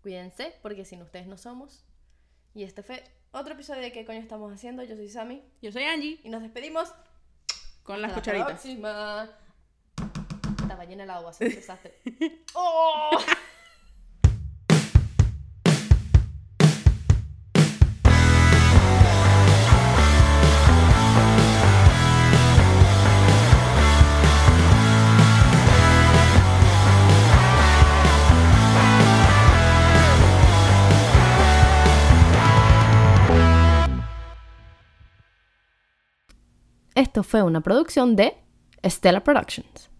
Speaker 2: cuídense, porque sin ustedes no somos. Y este fue otro episodio de ¿Qué coño estamos haciendo? Yo soy Sammy
Speaker 1: Yo soy Angie,
Speaker 2: y nos despedimos.
Speaker 1: con las
Speaker 2: Hasta la
Speaker 1: cucharitas.
Speaker 2: próxima. Estaba llena el agua, soy un desastre. ¡Oh! Esto fue una producción de Stella Productions.